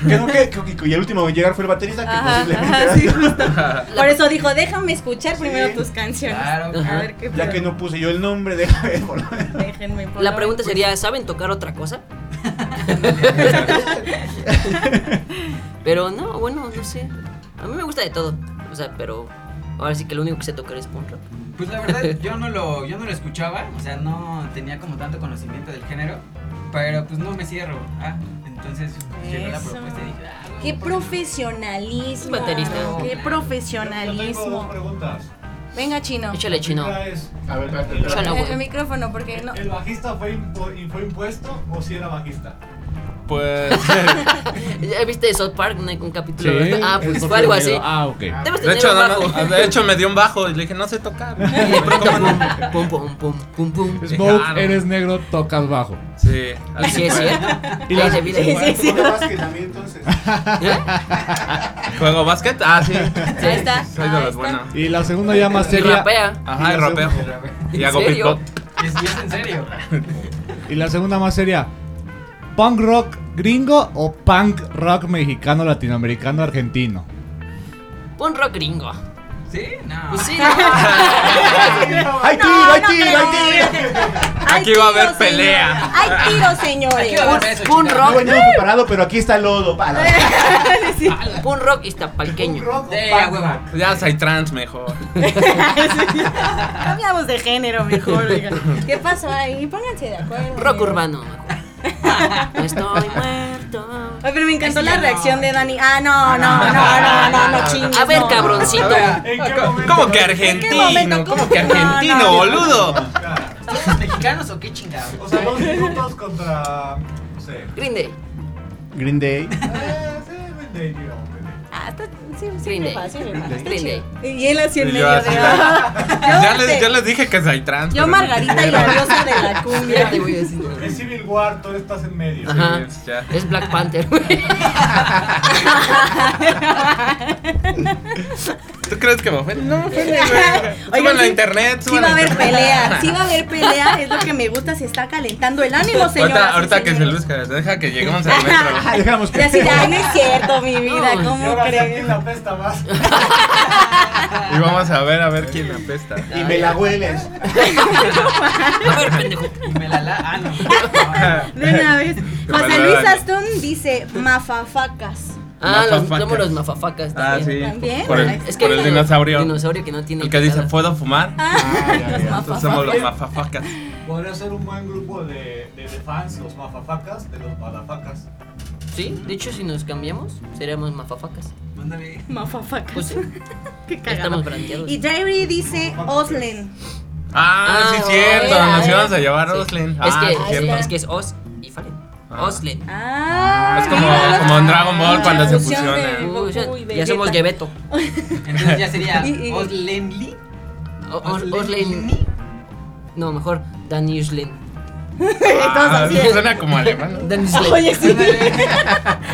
[SPEAKER 2] Creo que, creo que- y el último en llegar fue el baterista Ah, que
[SPEAKER 1] Ajá,
[SPEAKER 2] posiblemente
[SPEAKER 1] ajá,
[SPEAKER 2] era
[SPEAKER 1] sí,
[SPEAKER 2] yo.
[SPEAKER 1] justo. Por eso dijo, déjame escuchar primero tus canciones.
[SPEAKER 5] Claro,
[SPEAKER 1] A
[SPEAKER 3] Ajá.
[SPEAKER 1] ver qué
[SPEAKER 2] Ah, Ya
[SPEAKER 1] pedo.
[SPEAKER 2] que no puse yo el nombre, déjame ver, por lo menos.
[SPEAKER 1] Déjenme por
[SPEAKER 3] La
[SPEAKER 1] lo
[SPEAKER 3] pregunta
[SPEAKER 1] menos.
[SPEAKER 3] sería, ¿saben tocar otra cosa? pero no, bueno, no sé. A mí me gusta de todo. O sea, pero ahora sí que lo único que sé tocar es punk rock.
[SPEAKER 5] Pues la verdad, yo no lo, yo no lo escuchaba, o sea, no tenía como tanto conocimiento del género, pero pues no me cierro. Ah, entonces pues, llegó la
[SPEAKER 1] Eso.
[SPEAKER 5] propuesta y dije, ah, güey,
[SPEAKER 1] Qué
[SPEAKER 5] ¿por
[SPEAKER 1] profesionalismo.
[SPEAKER 3] Es baterista.
[SPEAKER 1] Qué
[SPEAKER 6] Yo tengo dos
[SPEAKER 1] profesionalismo.
[SPEAKER 6] preguntas.
[SPEAKER 1] Venga, chino.
[SPEAKER 3] Échale chino.
[SPEAKER 6] Una es,
[SPEAKER 2] A ver, espérate,
[SPEAKER 6] espérate.
[SPEAKER 3] Échale,
[SPEAKER 1] El,
[SPEAKER 3] güey.
[SPEAKER 1] el micrófono, porque no.
[SPEAKER 6] ¿el bajista fue, impu- y fue impuesto o si era bajista?
[SPEAKER 4] Pues.
[SPEAKER 3] ¿Ya viste South Park? No hay un capítulo.
[SPEAKER 7] Sí,
[SPEAKER 3] ¿verdad? Ah,
[SPEAKER 7] es
[SPEAKER 3] pues
[SPEAKER 7] porque
[SPEAKER 3] fue algo
[SPEAKER 7] me
[SPEAKER 3] así.
[SPEAKER 7] dio- Ah, ok.
[SPEAKER 3] Debes
[SPEAKER 4] De
[SPEAKER 3] tener
[SPEAKER 4] hecho,
[SPEAKER 3] un
[SPEAKER 4] no,
[SPEAKER 3] bajo.
[SPEAKER 4] no, de hecho, me dio un bajo y le dije, no sé tocar.
[SPEAKER 3] Y de pronto, pum, pum, pum, pum, pum, pum.
[SPEAKER 7] Smoke,
[SPEAKER 4] Claro.
[SPEAKER 7] eres negro, tocas bajo.
[SPEAKER 4] Sí,
[SPEAKER 3] Y sí
[SPEAKER 4] así
[SPEAKER 3] es
[SPEAKER 4] fue.
[SPEAKER 3] cierto.
[SPEAKER 7] Y la-
[SPEAKER 3] Ahí se mira.
[SPEAKER 1] Sí, sí, sí.
[SPEAKER 2] ¿Cómo vas que también entonces?
[SPEAKER 3] ¿Eh?
[SPEAKER 4] ¿Juego básquet? Ah, sí.
[SPEAKER 1] Ahí está.
[SPEAKER 4] Soy
[SPEAKER 1] ahí
[SPEAKER 4] de los
[SPEAKER 1] está.
[SPEAKER 4] buenos.
[SPEAKER 7] Y la segunda ya más
[SPEAKER 3] Y
[SPEAKER 7] seria.
[SPEAKER 3] rapea.
[SPEAKER 4] Ajá, y rapeo. Y
[SPEAKER 3] ¿En
[SPEAKER 4] hago
[SPEAKER 3] serio?
[SPEAKER 4] beatbox.
[SPEAKER 5] qué? ¿Es, es en serio.
[SPEAKER 7] Y la segunda más seria. ¿Punk rock gringo o punk rock mexicano, latinoamericano, argentino?
[SPEAKER 3] Punk rock gringo.
[SPEAKER 5] ¿Sí? No.
[SPEAKER 3] Pues sí, ¿no?
[SPEAKER 2] ¡Ay, tiro,
[SPEAKER 1] No,
[SPEAKER 2] ay,
[SPEAKER 1] no
[SPEAKER 2] tiro,
[SPEAKER 1] creo.
[SPEAKER 2] ay, tiro!
[SPEAKER 1] Hay
[SPEAKER 4] Aquí va a haber
[SPEAKER 1] tiros,
[SPEAKER 4] pelea.
[SPEAKER 1] señores. Hay tiros,
[SPEAKER 5] Aquí va a haber
[SPEAKER 1] señores.
[SPEAKER 5] eso,
[SPEAKER 3] Punk
[SPEAKER 5] chingada.
[SPEAKER 2] No
[SPEAKER 3] rock,
[SPEAKER 2] veníamos preparado, pero aquí está el lodo. Para.
[SPEAKER 3] punk rock iztapalqueño.
[SPEAKER 5] Sí, a huevo.
[SPEAKER 4] Ya soy trans mejor.
[SPEAKER 1] Cambiamos de género mejor, oigan. ¿Qué pasó ahí? Pónganse de acuerdo.
[SPEAKER 3] Rock
[SPEAKER 1] amigos.
[SPEAKER 3] urbano. No estoy muerto.
[SPEAKER 1] Ay, pero me encantó
[SPEAKER 5] Ese
[SPEAKER 1] la
[SPEAKER 5] ya no.
[SPEAKER 1] reacción de Dani. Ah, no, no, no, no, no, no, chingues.
[SPEAKER 3] A ver,
[SPEAKER 1] no.
[SPEAKER 3] cabroncito.
[SPEAKER 5] A ver,
[SPEAKER 6] ¿En qué momento?
[SPEAKER 4] Ah, ¿Cómo que
[SPEAKER 1] ¿En qué momento?
[SPEAKER 4] argentino? ¿Cómo que
[SPEAKER 1] No, no,
[SPEAKER 4] argentino,
[SPEAKER 1] no.
[SPEAKER 4] boludo?
[SPEAKER 5] mexicanos o qué chingados?
[SPEAKER 6] O sea, dos minutos contra. No sé.
[SPEAKER 3] Green Day.
[SPEAKER 2] Green
[SPEAKER 6] Eh,
[SPEAKER 2] Day.
[SPEAKER 6] sí, Green Day, digamos, Green Day.
[SPEAKER 1] Ah, está, sí, sí,
[SPEAKER 3] Green
[SPEAKER 1] me
[SPEAKER 3] Day.
[SPEAKER 1] va, sí, me va,
[SPEAKER 2] Green
[SPEAKER 1] está
[SPEAKER 3] Day.
[SPEAKER 1] chido. Y él así en
[SPEAKER 4] Y yo
[SPEAKER 1] medio
[SPEAKER 4] así
[SPEAKER 1] de...
[SPEAKER 4] de- Ya les, ya les dije que Zaitrans.
[SPEAKER 1] Yo,
[SPEAKER 4] pero-
[SPEAKER 1] Margarita y la diosa de la cumbia.
[SPEAKER 3] Te voy a decir.
[SPEAKER 6] Es Civil War, tú estás en medio.
[SPEAKER 3] Ajá.
[SPEAKER 4] Sí, ya.
[SPEAKER 3] Es Black Panther, güey.
[SPEAKER 4] ¿Tú crees que me ofende? No me ofende, güey.
[SPEAKER 1] Oigan,
[SPEAKER 4] Súbanlo a
[SPEAKER 1] sí-
[SPEAKER 4] internet,
[SPEAKER 1] Sí va a
[SPEAKER 4] súbanlo
[SPEAKER 1] haber
[SPEAKER 4] internet.
[SPEAKER 1] pelea, sí va a haber pelea, es lo que me gusta, se está calentando el ánimo, señor.
[SPEAKER 4] Ahorita, ahorita que se luzca, deja que lleguemos al metro. güey.
[SPEAKER 2] Ah, dejamos
[SPEAKER 1] Y
[SPEAKER 2] que.
[SPEAKER 1] así, de, ay, no es cierto, mi vida,
[SPEAKER 4] pues,
[SPEAKER 3] No,
[SPEAKER 6] Y
[SPEAKER 1] ¿cómo
[SPEAKER 6] ahora sí,
[SPEAKER 1] crees?
[SPEAKER 6] ¿quién la pesta más?
[SPEAKER 4] Y vamos a ver, a ver quién apesta.
[SPEAKER 2] Y me la hueles.
[SPEAKER 3] A ver, pendejo.
[SPEAKER 5] Y me la la. Ah, no. Ah,
[SPEAKER 1] De una vez. José
[SPEAKER 4] pasó,
[SPEAKER 1] Luis
[SPEAKER 4] Dani?
[SPEAKER 1] Aston dice mafafacas.
[SPEAKER 3] Ah, los,
[SPEAKER 4] Mafafacas.
[SPEAKER 3] somos los mafafacas.
[SPEAKER 4] Ah,
[SPEAKER 3] también.
[SPEAKER 4] sí.
[SPEAKER 1] También,
[SPEAKER 4] Por el,
[SPEAKER 1] ¿verdad?
[SPEAKER 3] Es que
[SPEAKER 4] por el
[SPEAKER 3] hay uno-
[SPEAKER 4] dinosaurio.
[SPEAKER 3] Dinosaurio que no tiene.
[SPEAKER 4] El que dice,
[SPEAKER 3] picada.
[SPEAKER 4] ¿puedo fumar?
[SPEAKER 2] Ah, ya, ya.
[SPEAKER 4] Nosotros somos los mafafacas.
[SPEAKER 6] Podría ser un buen grupo de, de, de fans, los mafafacas, de los malafacas.
[SPEAKER 3] Sí, de hecho, si nos cambiamos, seríamos mafafacas.
[SPEAKER 5] Mándame.
[SPEAKER 1] Mafafacas.
[SPEAKER 3] Pues sí,
[SPEAKER 1] Qué
[SPEAKER 3] ya
[SPEAKER 1] cagado.
[SPEAKER 3] estamos branqueados.
[SPEAKER 1] Y Jairi dice Oslen.
[SPEAKER 4] Ah,
[SPEAKER 3] Ah,
[SPEAKER 4] sí, cierto.
[SPEAKER 3] oiga,
[SPEAKER 4] Nos
[SPEAKER 3] eh.
[SPEAKER 4] íbamos a llevar a
[SPEAKER 3] Sí.
[SPEAKER 4] Roslyn.
[SPEAKER 3] Es
[SPEAKER 4] Ah,
[SPEAKER 3] que,
[SPEAKER 4] sí, cierto.
[SPEAKER 3] es que es Oz y Fallen.
[SPEAKER 4] Ah.
[SPEAKER 3] Oslen.
[SPEAKER 1] Ah,
[SPEAKER 4] Es como,
[SPEAKER 1] mira,
[SPEAKER 4] como en Dragon Ball
[SPEAKER 1] la
[SPEAKER 4] cuando se
[SPEAKER 1] fusión de-
[SPEAKER 4] fusionan.
[SPEAKER 3] Uh, ya-
[SPEAKER 1] Goku y
[SPEAKER 3] ya
[SPEAKER 1] Vegeta.
[SPEAKER 3] somos Gebeto.
[SPEAKER 5] Entonces ya sería
[SPEAKER 1] Y- y-
[SPEAKER 5] Oslenly.
[SPEAKER 3] O-
[SPEAKER 5] Pues,
[SPEAKER 3] Os- Oslen. No, mejor Danny Oslen.
[SPEAKER 4] Ah,
[SPEAKER 1] Entonces, así.
[SPEAKER 4] suena como alemán. ¿no?
[SPEAKER 3] Danny Oslen.
[SPEAKER 1] Oye, sí.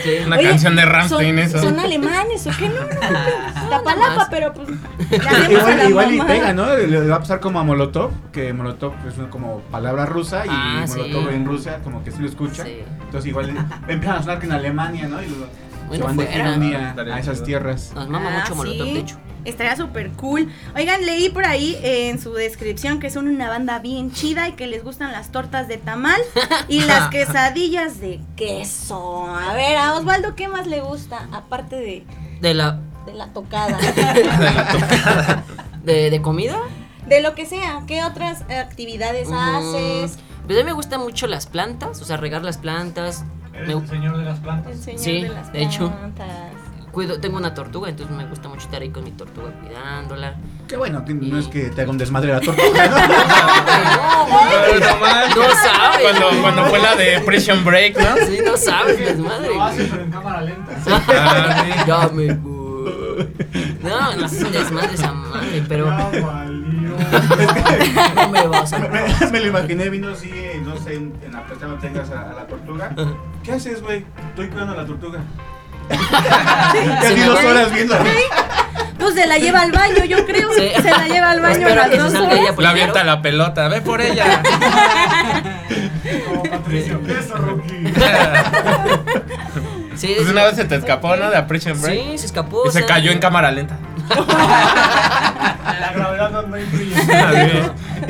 [SPEAKER 3] Sí.
[SPEAKER 4] Una
[SPEAKER 1] Oye,
[SPEAKER 4] canción de
[SPEAKER 1] ¿Son,
[SPEAKER 4] Ramstein, eso.
[SPEAKER 1] ¿Son alemanes o qué? No, no, no.
[SPEAKER 3] más.
[SPEAKER 1] Tapalapa, pero pues. le hacemos a
[SPEAKER 2] Igual,
[SPEAKER 1] la
[SPEAKER 2] igual y
[SPEAKER 1] mamá.
[SPEAKER 2] pega, ¿no? Le, le va a pasar como a Molotov, que Molotov es una como palabra rusa y
[SPEAKER 3] Ah, sí.
[SPEAKER 2] Molotov en Rusia, como que sí lo escucha.
[SPEAKER 3] Sí.
[SPEAKER 2] Entonces igual empiezan a sonar que en Alemania, ¿no? Y luego se
[SPEAKER 3] Bueno,
[SPEAKER 2] van de
[SPEAKER 3] fuera.
[SPEAKER 2] gira un día
[SPEAKER 4] Estaría
[SPEAKER 2] a esas
[SPEAKER 4] chido.
[SPEAKER 2] tierras.
[SPEAKER 3] Nos mama
[SPEAKER 1] Ah,
[SPEAKER 3] mucho Molotov,
[SPEAKER 1] sí.
[SPEAKER 3] de hecho.
[SPEAKER 1] Estaría súper cool. Oigan, leí por ahí eh, en su descripción que son una banda bien chida y que les gustan las tortas de tamal y las quesadillas de queso. A ver, a Osvaldo, ¿qué más le gusta? Aparte de,
[SPEAKER 3] De la.
[SPEAKER 1] de la tocada.
[SPEAKER 3] ¿De, de comida?
[SPEAKER 1] De lo que sea, ¿qué otras actividades haces?
[SPEAKER 3] Mm, Pues a mí me gustan mucho las plantas, o sea, regar las plantas.
[SPEAKER 6] Eres
[SPEAKER 3] Me-
[SPEAKER 6] el señor de las plantas.
[SPEAKER 1] El señor
[SPEAKER 3] sí,
[SPEAKER 1] de las
[SPEAKER 3] de hecho.
[SPEAKER 1] plantas.
[SPEAKER 3] cuido, tengo una tortuga, entonces me gusta mucho estar ahí con mi tortuga cuidándola.
[SPEAKER 2] Que bueno, que no es que te haga un desmadre la tortuga, ¿no?
[SPEAKER 4] Pero no mames.
[SPEAKER 3] No sabe.
[SPEAKER 4] Cuando, cuando fue la de Prison Break, ¿no?
[SPEAKER 3] Sí, no sabes, desmadre.
[SPEAKER 6] Lo hace,
[SPEAKER 3] güey.
[SPEAKER 6] Ah, pero en cámara lenta.
[SPEAKER 4] Ah, sí.
[SPEAKER 3] Ya me voy. No, no es un desmadre esa madre, pero
[SPEAKER 6] Ya valió.
[SPEAKER 3] no me vas a.
[SPEAKER 2] me, me lo imaginé, vino así, eh, no sé, en, en la plaza no tengas a, a la tortuga. ¿Qué haces, güey? Estoy cuidando a la tortuga.
[SPEAKER 3] Se
[SPEAKER 2] Ya di
[SPEAKER 3] me
[SPEAKER 2] dos
[SPEAKER 3] va.
[SPEAKER 2] horas viendo.
[SPEAKER 1] Pues se la lleva al baño, yo creo.
[SPEAKER 3] Sí.
[SPEAKER 1] Se la lleva al baño
[SPEAKER 3] Espero
[SPEAKER 1] las
[SPEAKER 3] que se
[SPEAKER 1] dos
[SPEAKER 3] salga
[SPEAKER 1] horas.
[SPEAKER 3] ella
[SPEAKER 4] La
[SPEAKER 3] primero.
[SPEAKER 4] avienta la pelota, ve por ella.
[SPEAKER 6] Como Patricio. Eso, Rocky.
[SPEAKER 3] Sí,
[SPEAKER 4] Pues
[SPEAKER 3] sí,
[SPEAKER 4] una vez se te escapó, ¿no? De Prison Break.
[SPEAKER 3] sí, se escapó.
[SPEAKER 4] Y
[SPEAKER 3] o
[SPEAKER 4] se
[SPEAKER 3] sea,
[SPEAKER 4] cayó en cámara lenta.
[SPEAKER 6] La gravedad no, no influye.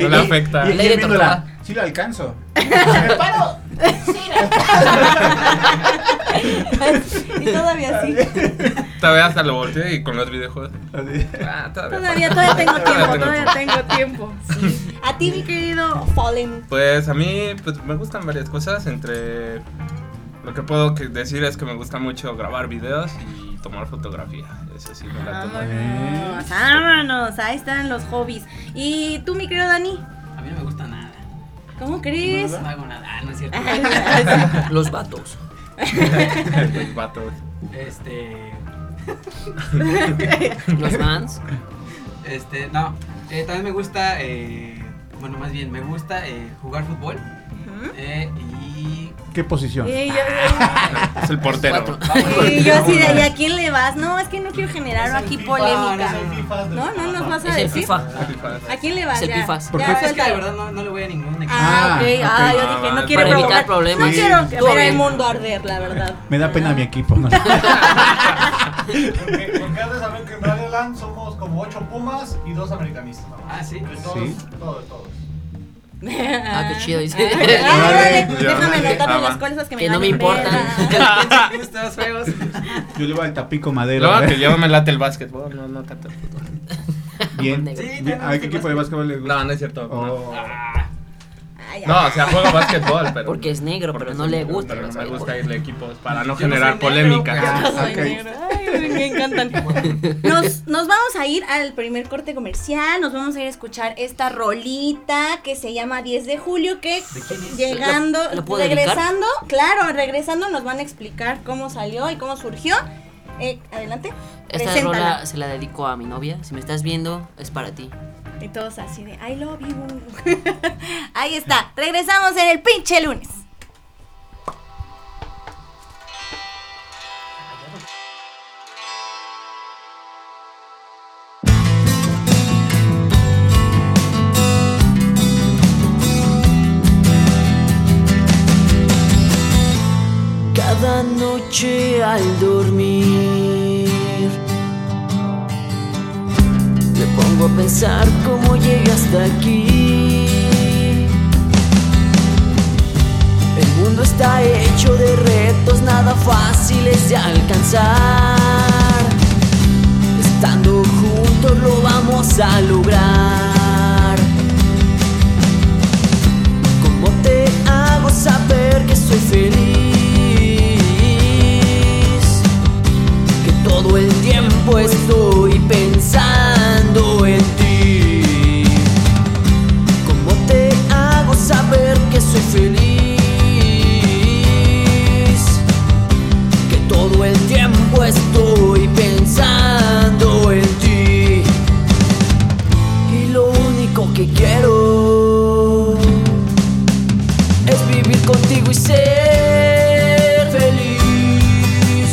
[SPEAKER 4] No le afecta.
[SPEAKER 2] Y, y, y
[SPEAKER 3] Ley de
[SPEAKER 2] viéndola, sí lo alcanzo.
[SPEAKER 1] Y todavía sí.
[SPEAKER 4] Todavía hasta lo volteé y con los videojuegos.
[SPEAKER 2] Así.
[SPEAKER 4] Ah, todavía.
[SPEAKER 1] Todavía, todavía tengo tiempo,
[SPEAKER 4] Todavía
[SPEAKER 1] todavía tengo tiempo. Sí. A ti, mi querido Fallen.
[SPEAKER 4] Pues a mí pues, me gustan varias cosas. Entre lo que puedo que- decir es que me gusta mucho grabar videos y tomar fotografía. Eso sí, me
[SPEAKER 3] Ah.
[SPEAKER 4] la tomo.
[SPEAKER 1] Vámonos, vámonos, ahí están los hobbies. Y tú, mi querido Dani,
[SPEAKER 5] A mí no me gusta nada.
[SPEAKER 1] ¿cómo crees?
[SPEAKER 5] No hago nada. Ah, no es cierto.
[SPEAKER 3] Los vatos.
[SPEAKER 4] Los vatos.
[SPEAKER 5] Este.
[SPEAKER 3] Los fans.
[SPEAKER 5] Este, no. Eh, también me gusta, eh, bueno, más bien, me gusta eh, jugar fútbol. Eh, y.
[SPEAKER 2] ¿Qué posición?
[SPEAKER 3] Eh,
[SPEAKER 1] Y yo,
[SPEAKER 4] Es el portero.
[SPEAKER 3] Cuatro.
[SPEAKER 1] y yo así de ahí, ¿a quién le vas? No, es que no quiero generar
[SPEAKER 6] Es el
[SPEAKER 1] aquí
[SPEAKER 6] FIFA,
[SPEAKER 1] polémica.
[SPEAKER 6] no es el
[SPEAKER 5] Pues
[SPEAKER 6] FIFA, es del
[SPEAKER 1] No, no nos vas a
[SPEAKER 3] Es el
[SPEAKER 1] decir.
[SPEAKER 3] FIFA.
[SPEAKER 4] Ah.
[SPEAKER 1] ¿A quién le vas?
[SPEAKER 3] Es el
[SPEAKER 1] Ya,
[SPEAKER 3] pifas.
[SPEAKER 2] ¿Por
[SPEAKER 1] ya,
[SPEAKER 2] qué?
[SPEAKER 5] Es que
[SPEAKER 1] suelta.
[SPEAKER 5] la verdad no, no le voy a ninguno.
[SPEAKER 1] Ah,
[SPEAKER 2] Ah,
[SPEAKER 1] ok. Ah, yo
[SPEAKER 4] ok.
[SPEAKER 1] dije, no
[SPEAKER 4] Ah,
[SPEAKER 1] quiero
[SPEAKER 3] para
[SPEAKER 1] provocar.
[SPEAKER 3] evitar problemas.
[SPEAKER 1] No
[SPEAKER 3] Sí.
[SPEAKER 1] quiero que
[SPEAKER 3] Todo
[SPEAKER 1] ver el
[SPEAKER 3] bien.
[SPEAKER 1] mundo arder, la verdad.
[SPEAKER 2] Me da pena mi equipo, ¿no?
[SPEAKER 6] Porque, porque has de saber que en Radio Land somos como ocho pumas y dos americanistas. ¿no?
[SPEAKER 5] Ah, sí.
[SPEAKER 6] De todos,
[SPEAKER 2] Sí.
[SPEAKER 6] todos, todos.
[SPEAKER 3] Ah, qué chido, dice.
[SPEAKER 1] Ah, órale, déjame
[SPEAKER 4] Ya.
[SPEAKER 1] anotarme las
[SPEAKER 4] Ah,
[SPEAKER 1] cosas que me
[SPEAKER 3] que no
[SPEAKER 1] valen
[SPEAKER 3] me importan.
[SPEAKER 1] verga.
[SPEAKER 5] Estos juegos.
[SPEAKER 2] Yo llevo al tapico madero.
[SPEAKER 4] Luego
[SPEAKER 2] ¿eh?
[SPEAKER 4] que yo me late el básquetbol, no, no tanto el fútbol.
[SPEAKER 2] Bien.
[SPEAKER 3] Sí,
[SPEAKER 2] Bien, ¿A qué equipo de básquetbol le gusta?
[SPEAKER 4] No, no es cierto.
[SPEAKER 2] Oh.
[SPEAKER 1] Ay,
[SPEAKER 4] Oh. No, o sea, juega básquetbol, pero.
[SPEAKER 3] Ah. Porque es negro,
[SPEAKER 4] porque
[SPEAKER 3] pero
[SPEAKER 4] es
[SPEAKER 3] no le
[SPEAKER 4] negro,
[SPEAKER 3] gusta. el
[SPEAKER 4] Pero no me
[SPEAKER 3] básquetbol.
[SPEAKER 4] gusta irle a equipos para
[SPEAKER 5] Yo
[SPEAKER 4] no
[SPEAKER 5] no
[SPEAKER 4] generar
[SPEAKER 5] soy negro,
[SPEAKER 4] polémica.
[SPEAKER 5] pero-
[SPEAKER 2] Ah,
[SPEAKER 1] soy
[SPEAKER 2] ok.
[SPEAKER 1] negro. Ay, me encantan. Nos, nos vamos a ir al primer corte comercial. Nos vamos a ir a escuchar esta rolita que se llama 10 de julio. Que llegando,
[SPEAKER 3] ¿Lo- lo puedo
[SPEAKER 1] regresando, claro, regresando, nos van a explicar cómo salió y cómo surgió. Eh, adelante.
[SPEAKER 3] Esta
[SPEAKER 1] Preséntala.
[SPEAKER 3] rola se la dedico a mi novia. Si me estás viendo, es para ti.
[SPEAKER 1] Y todos así de I love you. Ahí está. Regresamos en el pinche lunes.
[SPEAKER 8] cada noche al dormir. Me pongo a pensar cómo llegué hasta aquí. El mundo está hecho de retos nada fáciles de alcanzar. Estando juntos lo vamos a lograr. ¿Cómo te hago saber que soy feliz? Que todo el tiempo estoy pensando en ti. ¿Cómo te hago saber que soy feliz? Que todo el tiempo estoy pensando en ti. Y lo único que quiero es vivir contigo y ser feliz.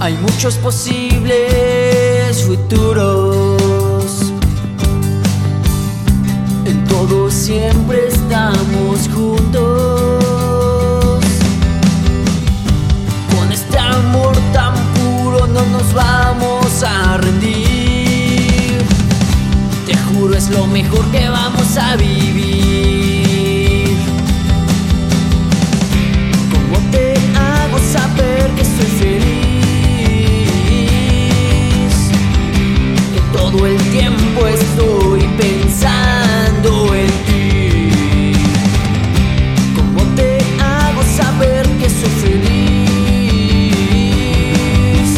[SPEAKER 8] Hay muchos posibles futuros. En todo siempre estamos juntos. Con este amor tan puro no nos vamos a rendir. Te juro es lo mejor que vamos a vivir. ¿Cómo te hago saber que soy feliz? Que todo el tiempo estoy pensando en ti. ¿Cómo te hago saber que soy feliz?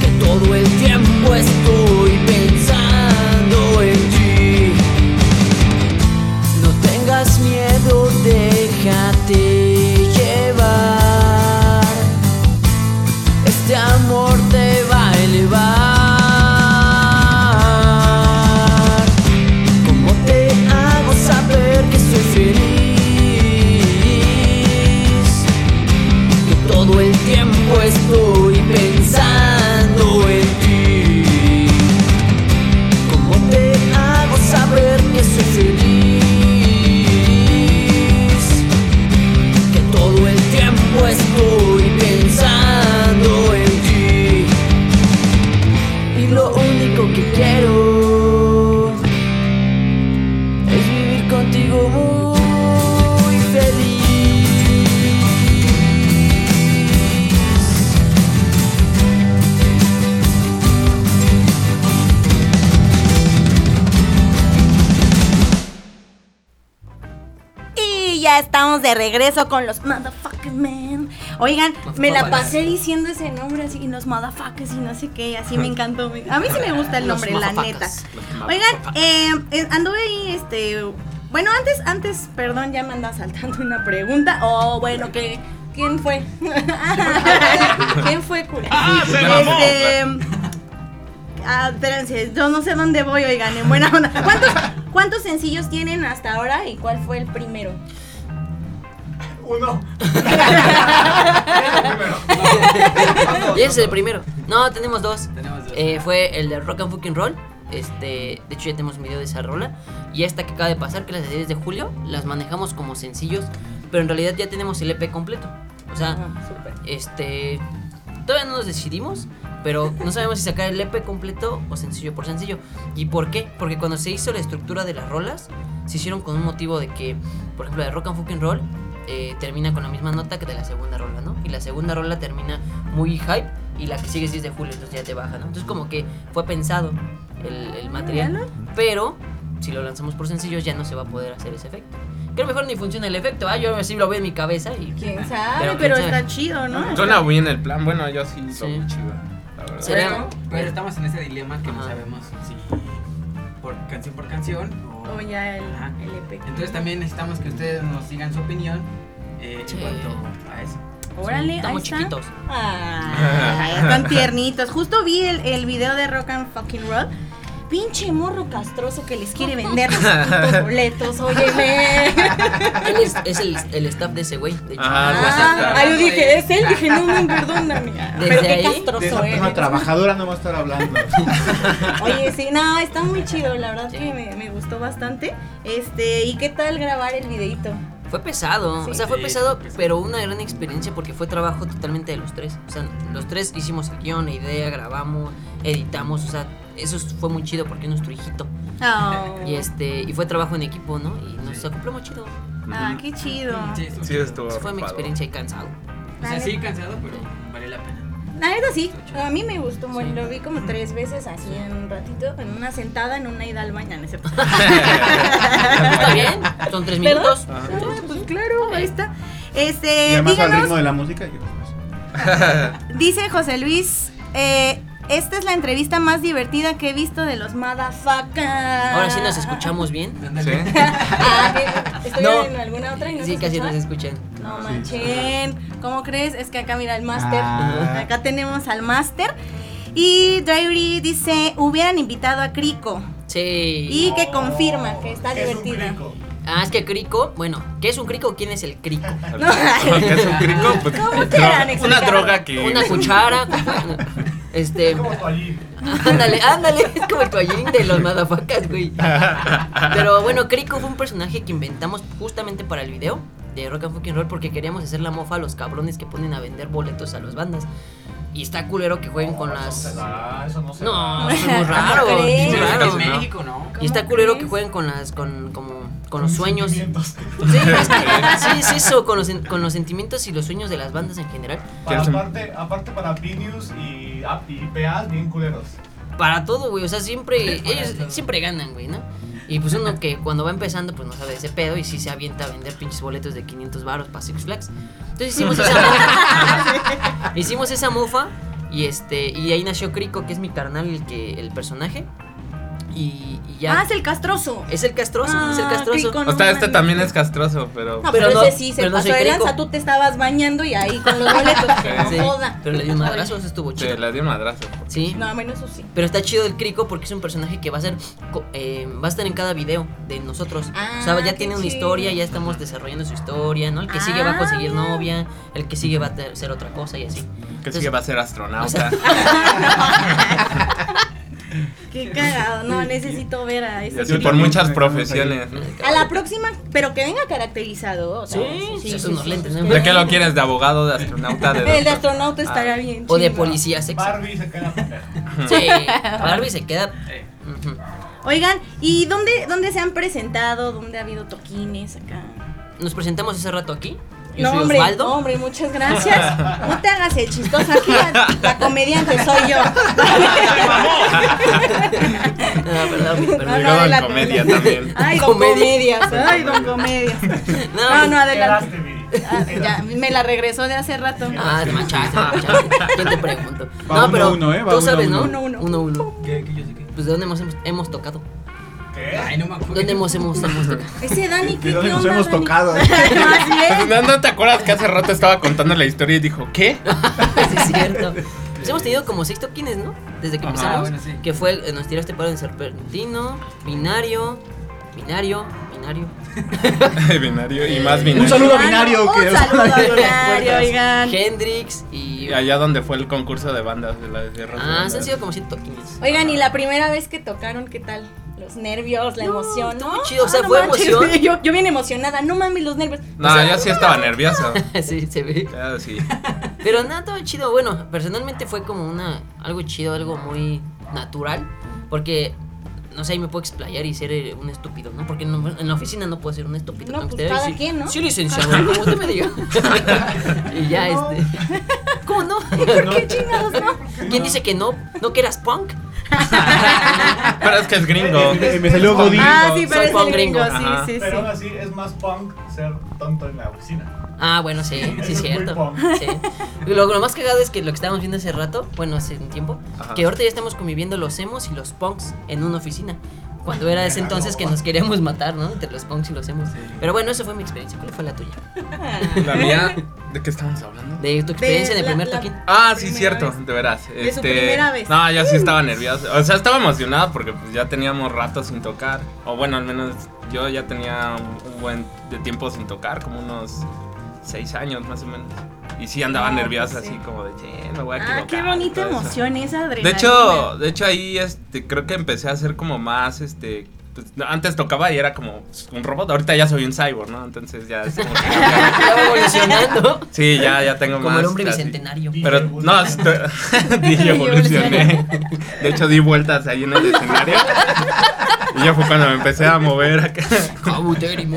[SPEAKER 8] Que todo el tiempo estoy pensando en ti. No tengas miedo, déjate llevar. Este amor te va a elevar. ¿Cómo te hago saber que soy feliz? Que todo el tiempo estoy pensando en ti. ¿Cómo te hago saber que soy feliz? Que todo el tiempo estoy pensando en ti. Y lo único que quiero es vivir contigo muy feliz.
[SPEAKER 1] Y ya estamos de regreso con los Motherfuckers Men. Oigan, me la pasé diciendo ese nombre así, y los Motherfuckers y no sé qué, así me encantó. me- A mí sí me gusta el
[SPEAKER 3] Los
[SPEAKER 1] nombre, la neta.
[SPEAKER 3] motherfuckers.
[SPEAKER 1] Oigan, eh, eh, anduve ahí, este. Bueno, antes, antes, perdón, ya me andaba saltando una pregunta. Oh, bueno, que. ¿Quién fue? ¿Quién fue, cura?
[SPEAKER 4] Ah, se mamó.
[SPEAKER 1] ah, espérense, yo no sé dónde voy, oigan, en buena onda. ¿Cuántos, ¿Cuántos sencillos tienen hasta ahora y cuál fue el primero?
[SPEAKER 6] Uno.
[SPEAKER 3] Y ese es el primero. No, tenemos dos.
[SPEAKER 5] Tenemos dos.
[SPEAKER 3] Eh, fue el de Rock and Fucking Roll. Este, de hecho ya tenemos un video de esa rola. Y esta que acaba de pasar, que es las de 10 de julio, las manejamos como sencillos. Pero en realidad ya tenemos el EP completo. O sea,
[SPEAKER 1] Ah,
[SPEAKER 3] este... Todavía no nos decidimos, pero no sabemos si sacar el EP completo o sencillo por sencillo. ¿Y por qué? Porque cuando se hizo la estructura de las rolas, se hicieron con un motivo de que, por ejemplo, de Rock and Fucking Roll, eh, termina con la misma nota que de la segunda rola, ¿no? Y la segunda rola termina muy hype y la que sigue sí es de Julio, entonces ya te baja, ¿no? Entonces como que fue pensado el, el material, pero si lo lanzamos por sencillos ya no se va a poder hacer ese efecto. Que a lo mejor ni funciona el efecto, ah, yo sí lo veo en mi cabeza y...
[SPEAKER 1] ¿Quién sabe?
[SPEAKER 3] Pero
[SPEAKER 1] Pero,
[SPEAKER 3] quién sabe.
[SPEAKER 1] está chido, ¿no?
[SPEAKER 4] Suena bien el plan. Bueno, yo sí, soy
[SPEAKER 3] Sí.
[SPEAKER 4] muy chido. La verdad.
[SPEAKER 3] Sería-
[SPEAKER 5] Pero, pero estamos en ese dilema que no
[SPEAKER 3] Ajá.
[SPEAKER 5] sabemos si por canción por canción o...
[SPEAKER 3] Oh,
[SPEAKER 1] O ya el,
[SPEAKER 5] Ajá.
[SPEAKER 1] el E EP.
[SPEAKER 5] Entonces también necesitamos que ustedes nos digan su opinión eh,
[SPEAKER 3] Sí.
[SPEAKER 5] en cuanto a eso.
[SPEAKER 1] Órale, ahí
[SPEAKER 3] Estamos
[SPEAKER 1] está.
[SPEAKER 3] chiquitos.
[SPEAKER 1] Ay, están tiernitos. Justo vi el, el video de Rock and Fucking Roll. Pinche morro castroso que les quiere vender los putos boletos, óyeme.
[SPEAKER 3] Él es, es el, el staff de ese güey, de hecho.
[SPEAKER 4] Ajá, algo así.
[SPEAKER 1] Ah, ah, yo dije, es él. Dije, no, no, perdóname. Ah, Pero
[SPEAKER 3] Desde
[SPEAKER 1] qué
[SPEAKER 3] ahí,
[SPEAKER 2] De
[SPEAKER 1] castroso
[SPEAKER 2] esa persona
[SPEAKER 1] eres.
[SPEAKER 2] trabajadora no va a estar hablando.
[SPEAKER 1] Oye, sí, no, está muy chido. La verdad que me, me gustó bastante. Este, ¿y qué tal grabar el videito?
[SPEAKER 3] Fue pesado,
[SPEAKER 1] Sí.
[SPEAKER 3] o sea, fue
[SPEAKER 5] Sí,
[SPEAKER 3] pesado,
[SPEAKER 5] fue pesado.
[SPEAKER 3] pero una gran experiencia porque fue trabajo totalmente de los tres. O sea, los tres hicimos el guión, la idea, grabamos, editamos, o sea, eso fue muy chido porque es nuestro hijito. Y este, y fue trabajo en equipo, ¿no? Y nos acoplamos chido.
[SPEAKER 1] Ah, qué chido.
[SPEAKER 5] Sí, estuvo
[SPEAKER 4] Sí,
[SPEAKER 5] chido.
[SPEAKER 4] estuvo.
[SPEAKER 3] Esa fue mi
[SPEAKER 4] rifado.
[SPEAKER 3] experiencia y cansado.
[SPEAKER 5] O sea, sí, cansado, pero vale la pena.
[SPEAKER 1] La neta sí, a mí me gustó muy, lo vi como tres veces así en un ratito, en una sentada, en una ida al baño, ¿no es cierto?
[SPEAKER 3] Está bien, son tres
[SPEAKER 1] ¿Verdad?
[SPEAKER 3] minutos.
[SPEAKER 1] Ah,
[SPEAKER 3] Sí, sí,
[SPEAKER 1] pues claro, ahí está.
[SPEAKER 2] Y
[SPEAKER 1] Este,
[SPEAKER 2] además al
[SPEAKER 1] díganos,
[SPEAKER 2] ritmo de la música. yo-
[SPEAKER 1] dice José Luis, eh, esta es la entrevista más divertida que he visto de los motherfuckers.
[SPEAKER 3] Ahora sí nos escuchamos bien.
[SPEAKER 4] Sí.
[SPEAKER 1] Ah, ¿qué? ¿Estuvieron
[SPEAKER 3] No.
[SPEAKER 1] en alguna otra y no
[SPEAKER 3] Sí,
[SPEAKER 1] se
[SPEAKER 3] casi nos
[SPEAKER 1] escuchaban?
[SPEAKER 3] escuchan.
[SPEAKER 1] No
[SPEAKER 2] Sí.
[SPEAKER 1] manchen, ¿cómo crees? Es que acá mira el máster.
[SPEAKER 2] Ah.
[SPEAKER 1] Acá tenemos al máster. Y Diary dice, hubieran invitado a Crico.
[SPEAKER 3] Sí.
[SPEAKER 1] Y que confirma que está
[SPEAKER 6] Es un
[SPEAKER 1] divertida.
[SPEAKER 6] crico.
[SPEAKER 3] Ah, es que Crico, bueno, ¿qué es un Crico? ¿Quién es el Crico?
[SPEAKER 1] No,
[SPEAKER 4] ¿Qué es un crico? Pues,
[SPEAKER 1] ¿Cómo
[SPEAKER 4] dro-
[SPEAKER 1] quieran
[SPEAKER 4] una
[SPEAKER 1] explicarlo?
[SPEAKER 4] droga que.
[SPEAKER 3] Una cuchara. Este.
[SPEAKER 6] Es como toallín.
[SPEAKER 3] Ándale, ándale, es como el toallín de los madafacas, güey. Pero bueno, Crico fue un personaje que inventamos justamente para el video de Rock and Fucking Roll porque queríamos hacer la mofa a los cabrones que ponen a vender boletos a las bandas. Y está culero que jueguen con las.
[SPEAKER 6] Ah, eso no se
[SPEAKER 3] No,
[SPEAKER 6] da.
[SPEAKER 3] es muy raro.
[SPEAKER 1] ¿Cómo
[SPEAKER 3] es muy
[SPEAKER 5] Pero
[SPEAKER 3] raro.
[SPEAKER 5] en México, ¿no?
[SPEAKER 3] Y está culero que
[SPEAKER 1] crees?
[SPEAKER 3] jueguen con las. con, como, con los sueños.
[SPEAKER 6] Sentimientos.
[SPEAKER 3] Sí, es que- sí, es eso, con los, sen- con los sentimientos y los sueños de las bandas en general.
[SPEAKER 6] Para-
[SPEAKER 4] Quieres un-
[SPEAKER 6] aparte, aparte para Pinius y, ap- y PAs bien culeros.
[SPEAKER 3] para todo, güey. O sea, siempre, ellos siempre ganan, güey, ¿no? Y pues uno que cuando va empezando, pues no sabe de ese pedo y sí se avienta a vender pinches boletos de 500 baros para Six Flags. Entonces hicimos esa mofa. hicimos esa mofa y este, y ahí nació Crico, que es mi carnal, el que, el personaje. Y, y ya.
[SPEAKER 1] Ah, es el castroso.
[SPEAKER 3] es el castroso,
[SPEAKER 1] Ah,
[SPEAKER 3] es el castroso.
[SPEAKER 1] Crico, no
[SPEAKER 4] O sea, este
[SPEAKER 1] mames.
[SPEAKER 4] también es castroso, pero.
[SPEAKER 1] No, pero,
[SPEAKER 3] Pero no-
[SPEAKER 1] ese sí se
[SPEAKER 3] pero no
[SPEAKER 1] pasó
[SPEAKER 3] soy
[SPEAKER 1] de
[SPEAKER 3] crico.
[SPEAKER 1] lanza. Tú te estabas bañando y ahí con los boletos.
[SPEAKER 3] Sí,
[SPEAKER 1] no joda.
[SPEAKER 3] pero le dio un madrazo, eso estuvo chido.
[SPEAKER 4] Te la dio un madrazo.
[SPEAKER 3] Sí.
[SPEAKER 1] No, bueno, eso sí.
[SPEAKER 3] Pero está chido el crico porque es un personaje que va a ser co- eh, va a estar en cada video de nosotros.
[SPEAKER 1] Ah,
[SPEAKER 3] o sea,
[SPEAKER 1] qué
[SPEAKER 3] ya tiene una
[SPEAKER 1] chido. Ah,
[SPEAKER 3] historia, ya estamos desarrollando su historia, ¿no? El que sigue va a conseguir novia, el que sigue va a ter- ser otra cosa y así.
[SPEAKER 4] Que sí que va a ser astronauta.
[SPEAKER 1] Qué cagado. No, necesito ver a
[SPEAKER 4] Y
[SPEAKER 1] ese.
[SPEAKER 4] así
[SPEAKER 2] Yo
[SPEAKER 4] por
[SPEAKER 2] también
[SPEAKER 4] muchas
[SPEAKER 2] me-
[SPEAKER 4] profesiones.
[SPEAKER 1] A la próxima, pero que venga caracterizado. o sea,
[SPEAKER 3] Sí, sí, son los pues, lentes, ¿no?
[SPEAKER 4] ¿De qué lo quieres? ¿De abogado, de astronauta?
[SPEAKER 1] El de
[SPEAKER 4] De doctor?
[SPEAKER 1] astronauta
[SPEAKER 2] Ah.
[SPEAKER 1] estaría bien.
[SPEAKER 3] O de
[SPEAKER 1] chido.
[SPEAKER 3] policía sexy.
[SPEAKER 6] Barbie se queda pendeja.
[SPEAKER 3] Sí. Barbie se queda. Ujú.
[SPEAKER 1] Oigan, ¿y dónde, dónde se han presentado? ¿Dónde ha habido toquines acá?
[SPEAKER 3] Nos presentamos ese rato aquí. Yo soy
[SPEAKER 1] hombre,
[SPEAKER 3] Osvaldo.
[SPEAKER 1] hombre, muchas gracias. No te hagas el chistoso aquí, la, la comediante soy yo.
[SPEAKER 3] Ah, perdón, perdón.
[SPEAKER 4] Pero
[SPEAKER 1] Ah,
[SPEAKER 4] luego en
[SPEAKER 1] adelante,
[SPEAKER 4] comedia
[SPEAKER 1] adelante.
[SPEAKER 4] también.
[SPEAKER 1] Ay, don
[SPEAKER 3] Comedia.
[SPEAKER 1] comedias, ay, don comedias.
[SPEAKER 3] No, pues,
[SPEAKER 1] No, no, adelante.
[SPEAKER 6] Quedaste, Viri.
[SPEAKER 1] Ah, ya, me la regresó de hace rato.
[SPEAKER 3] Ah, te machaste, te machaste. ¿Quién te pregunto?
[SPEAKER 2] Va
[SPEAKER 3] no,
[SPEAKER 2] uno,
[SPEAKER 3] pero
[SPEAKER 2] uno, ¿eh? Va
[SPEAKER 3] tú
[SPEAKER 2] uno,
[SPEAKER 3] sabes,
[SPEAKER 2] uno.
[SPEAKER 3] ¿no?
[SPEAKER 1] Uno, uno.
[SPEAKER 3] Uno, uno.
[SPEAKER 5] ¿Qué, qué, yo sé qué?
[SPEAKER 3] Pues de dónde hemos, hemos tocado.
[SPEAKER 5] Ay, no me acuerdo.
[SPEAKER 3] ¿Dónde hemos, hemos, hemos tocado?
[SPEAKER 1] Ese Dani, ¿qué,
[SPEAKER 2] ¿De dónde
[SPEAKER 1] qué
[SPEAKER 2] nos
[SPEAKER 1] onda,
[SPEAKER 2] hemos
[SPEAKER 1] Dani?
[SPEAKER 2] tocado? ¿eh?
[SPEAKER 1] Así es.
[SPEAKER 4] No, ¿No te acuerdas que hace rato estaba contando la historia y dijo, ¿qué?
[SPEAKER 3] Sí, es cierto. Pues hemos tenido como seis toquines, ¿no? Desde que
[SPEAKER 4] Ajá,
[SPEAKER 3] empezamos.
[SPEAKER 5] bueno, sí.
[SPEAKER 3] Que fue, el- eh, nos tiraste paro en Serpentino, Binario, Binario, Binario.
[SPEAKER 4] Binario y más binario.
[SPEAKER 2] Un saludo
[SPEAKER 1] Ah, no,
[SPEAKER 2] binario, que-
[SPEAKER 1] Un saludo binario, oigan.
[SPEAKER 3] Hendrix y...
[SPEAKER 4] Y allá donde fue el concurso de bandas de la de rock
[SPEAKER 3] Ah,
[SPEAKER 4] bandas.
[SPEAKER 3] se han sido como siete toquines.
[SPEAKER 1] Oigan, y la primera vez que tocaron, ¿qué tal? Los nervios, la emoción.
[SPEAKER 3] estuvo
[SPEAKER 1] ¿no?
[SPEAKER 3] chido, o sea,
[SPEAKER 1] Ah, no
[SPEAKER 3] fue
[SPEAKER 1] manches,
[SPEAKER 3] emoción.
[SPEAKER 1] Yo, yo bien emocionada, no mames los nervios.
[SPEAKER 4] No, yo sí estaba nervioso.
[SPEAKER 3] sí, se ve.
[SPEAKER 4] Claro, sí.
[SPEAKER 3] Pero nada, todo chido. Bueno, personalmente fue como una algo chido, algo muy natural, porque no sé, ahí me puedo explayar y ser eh, un estúpido, ¿no? Porque no- en la oficina no puedo ser un estúpido.
[SPEAKER 1] No,
[SPEAKER 3] ¿no?
[SPEAKER 1] pues,
[SPEAKER 3] Usted
[SPEAKER 1] cada
[SPEAKER 3] sí-
[SPEAKER 1] quien, ¿no?
[SPEAKER 3] Sí, licenciado, como usted me diga. y ya,
[SPEAKER 1] No.
[SPEAKER 3] este. ¿Cómo no?
[SPEAKER 1] ¿Por qué chingados no?
[SPEAKER 3] ¿Quién dice que no? ¿No que eras punk?
[SPEAKER 4] Pero es que es gringo.
[SPEAKER 7] Eh, me salió Godín.
[SPEAKER 1] Ah, sí,
[SPEAKER 3] Soy
[SPEAKER 1] pero es
[SPEAKER 3] Juan
[SPEAKER 1] el gringo,
[SPEAKER 3] Gringo,
[SPEAKER 1] sí,
[SPEAKER 4] ajá.
[SPEAKER 1] sí,
[SPEAKER 6] Pero aún
[SPEAKER 1] sí.
[SPEAKER 6] así es más punk ser tonto en la oficina.
[SPEAKER 3] Ah, bueno, sí, sí,
[SPEAKER 6] es muy
[SPEAKER 3] cierto.
[SPEAKER 6] punk.
[SPEAKER 3] Sí. Y Lo, lo más cagado es que lo que estábamos viendo hace rato, bueno, hace un tiempo,
[SPEAKER 4] Ajá.
[SPEAKER 3] que ahorita ya estamos conviviendo los emos y los punks en una oficina. Cuando era ese entonces que nos queríamos matar, ¿no? Entre los punks y los emos. Pero bueno, esa fue mi experiencia. ¿Cuál fue la tuya?
[SPEAKER 1] Ah,
[SPEAKER 4] La mía. ¿De qué estamos hablando?
[SPEAKER 3] De tu experiencia en el
[SPEAKER 1] la-
[SPEAKER 3] primer
[SPEAKER 1] la-
[SPEAKER 3] toquín.
[SPEAKER 4] Ah, sí,
[SPEAKER 1] Primera
[SPEAKER 4] cierto,
[SPEAKER 1] vez.
[SPEAKER 4] de veras. este,
[SPEAKER 1] De su primera vez.
[SPEAKER 4] No, ya sí estaba nervioso. O sea, estaba emocionado porque pues, ya teníamos rato sin tocar. O bueno, al menos yo ya tenía un, un buen de tiempo sin tocar, como unos seis años más o menos. Y sí andaba
[SPEAKER 1] Ah,
[SPEAKER 4] nervioso
[SPEAKER 1] pues, sí.
[SPEAKER 4] así como de, che, me voy a equivocar.
[SPEAKER 1] Ah, qué
[SPEAKER 4] y
[SPEAKER 1] bonita
[SPEAKER 4] todo eso.
[SPEAKER 1] emoción esa
[SPEAKER 4] De
[SPEAKER 1] adrenalina. Ah,
[SPEAKER 4] hecho, de hecho ahí este, creo que empecé a hacer como más, este, pues, no, antes tocaba y era como pues, un robot, ahorita ya soy un cyborg, ¿no? Entonces ya es como que-
[SPEAKER 3] Estaba evolucionando.
[SPEAKER 4] sí, ya, ya tengo más.
[SPEAKER 3] Como el hombre
[SPEAKER 4] así.
[SPEAKER 3] bicentenario.
[SPEAKER 4] Pero no, estoy- dije evolucioné. De hecho di vueltas ahí en el escenario. Y ya fue cuando me empecé a mover acá.
[SPEAKER 3] Cabutérimo.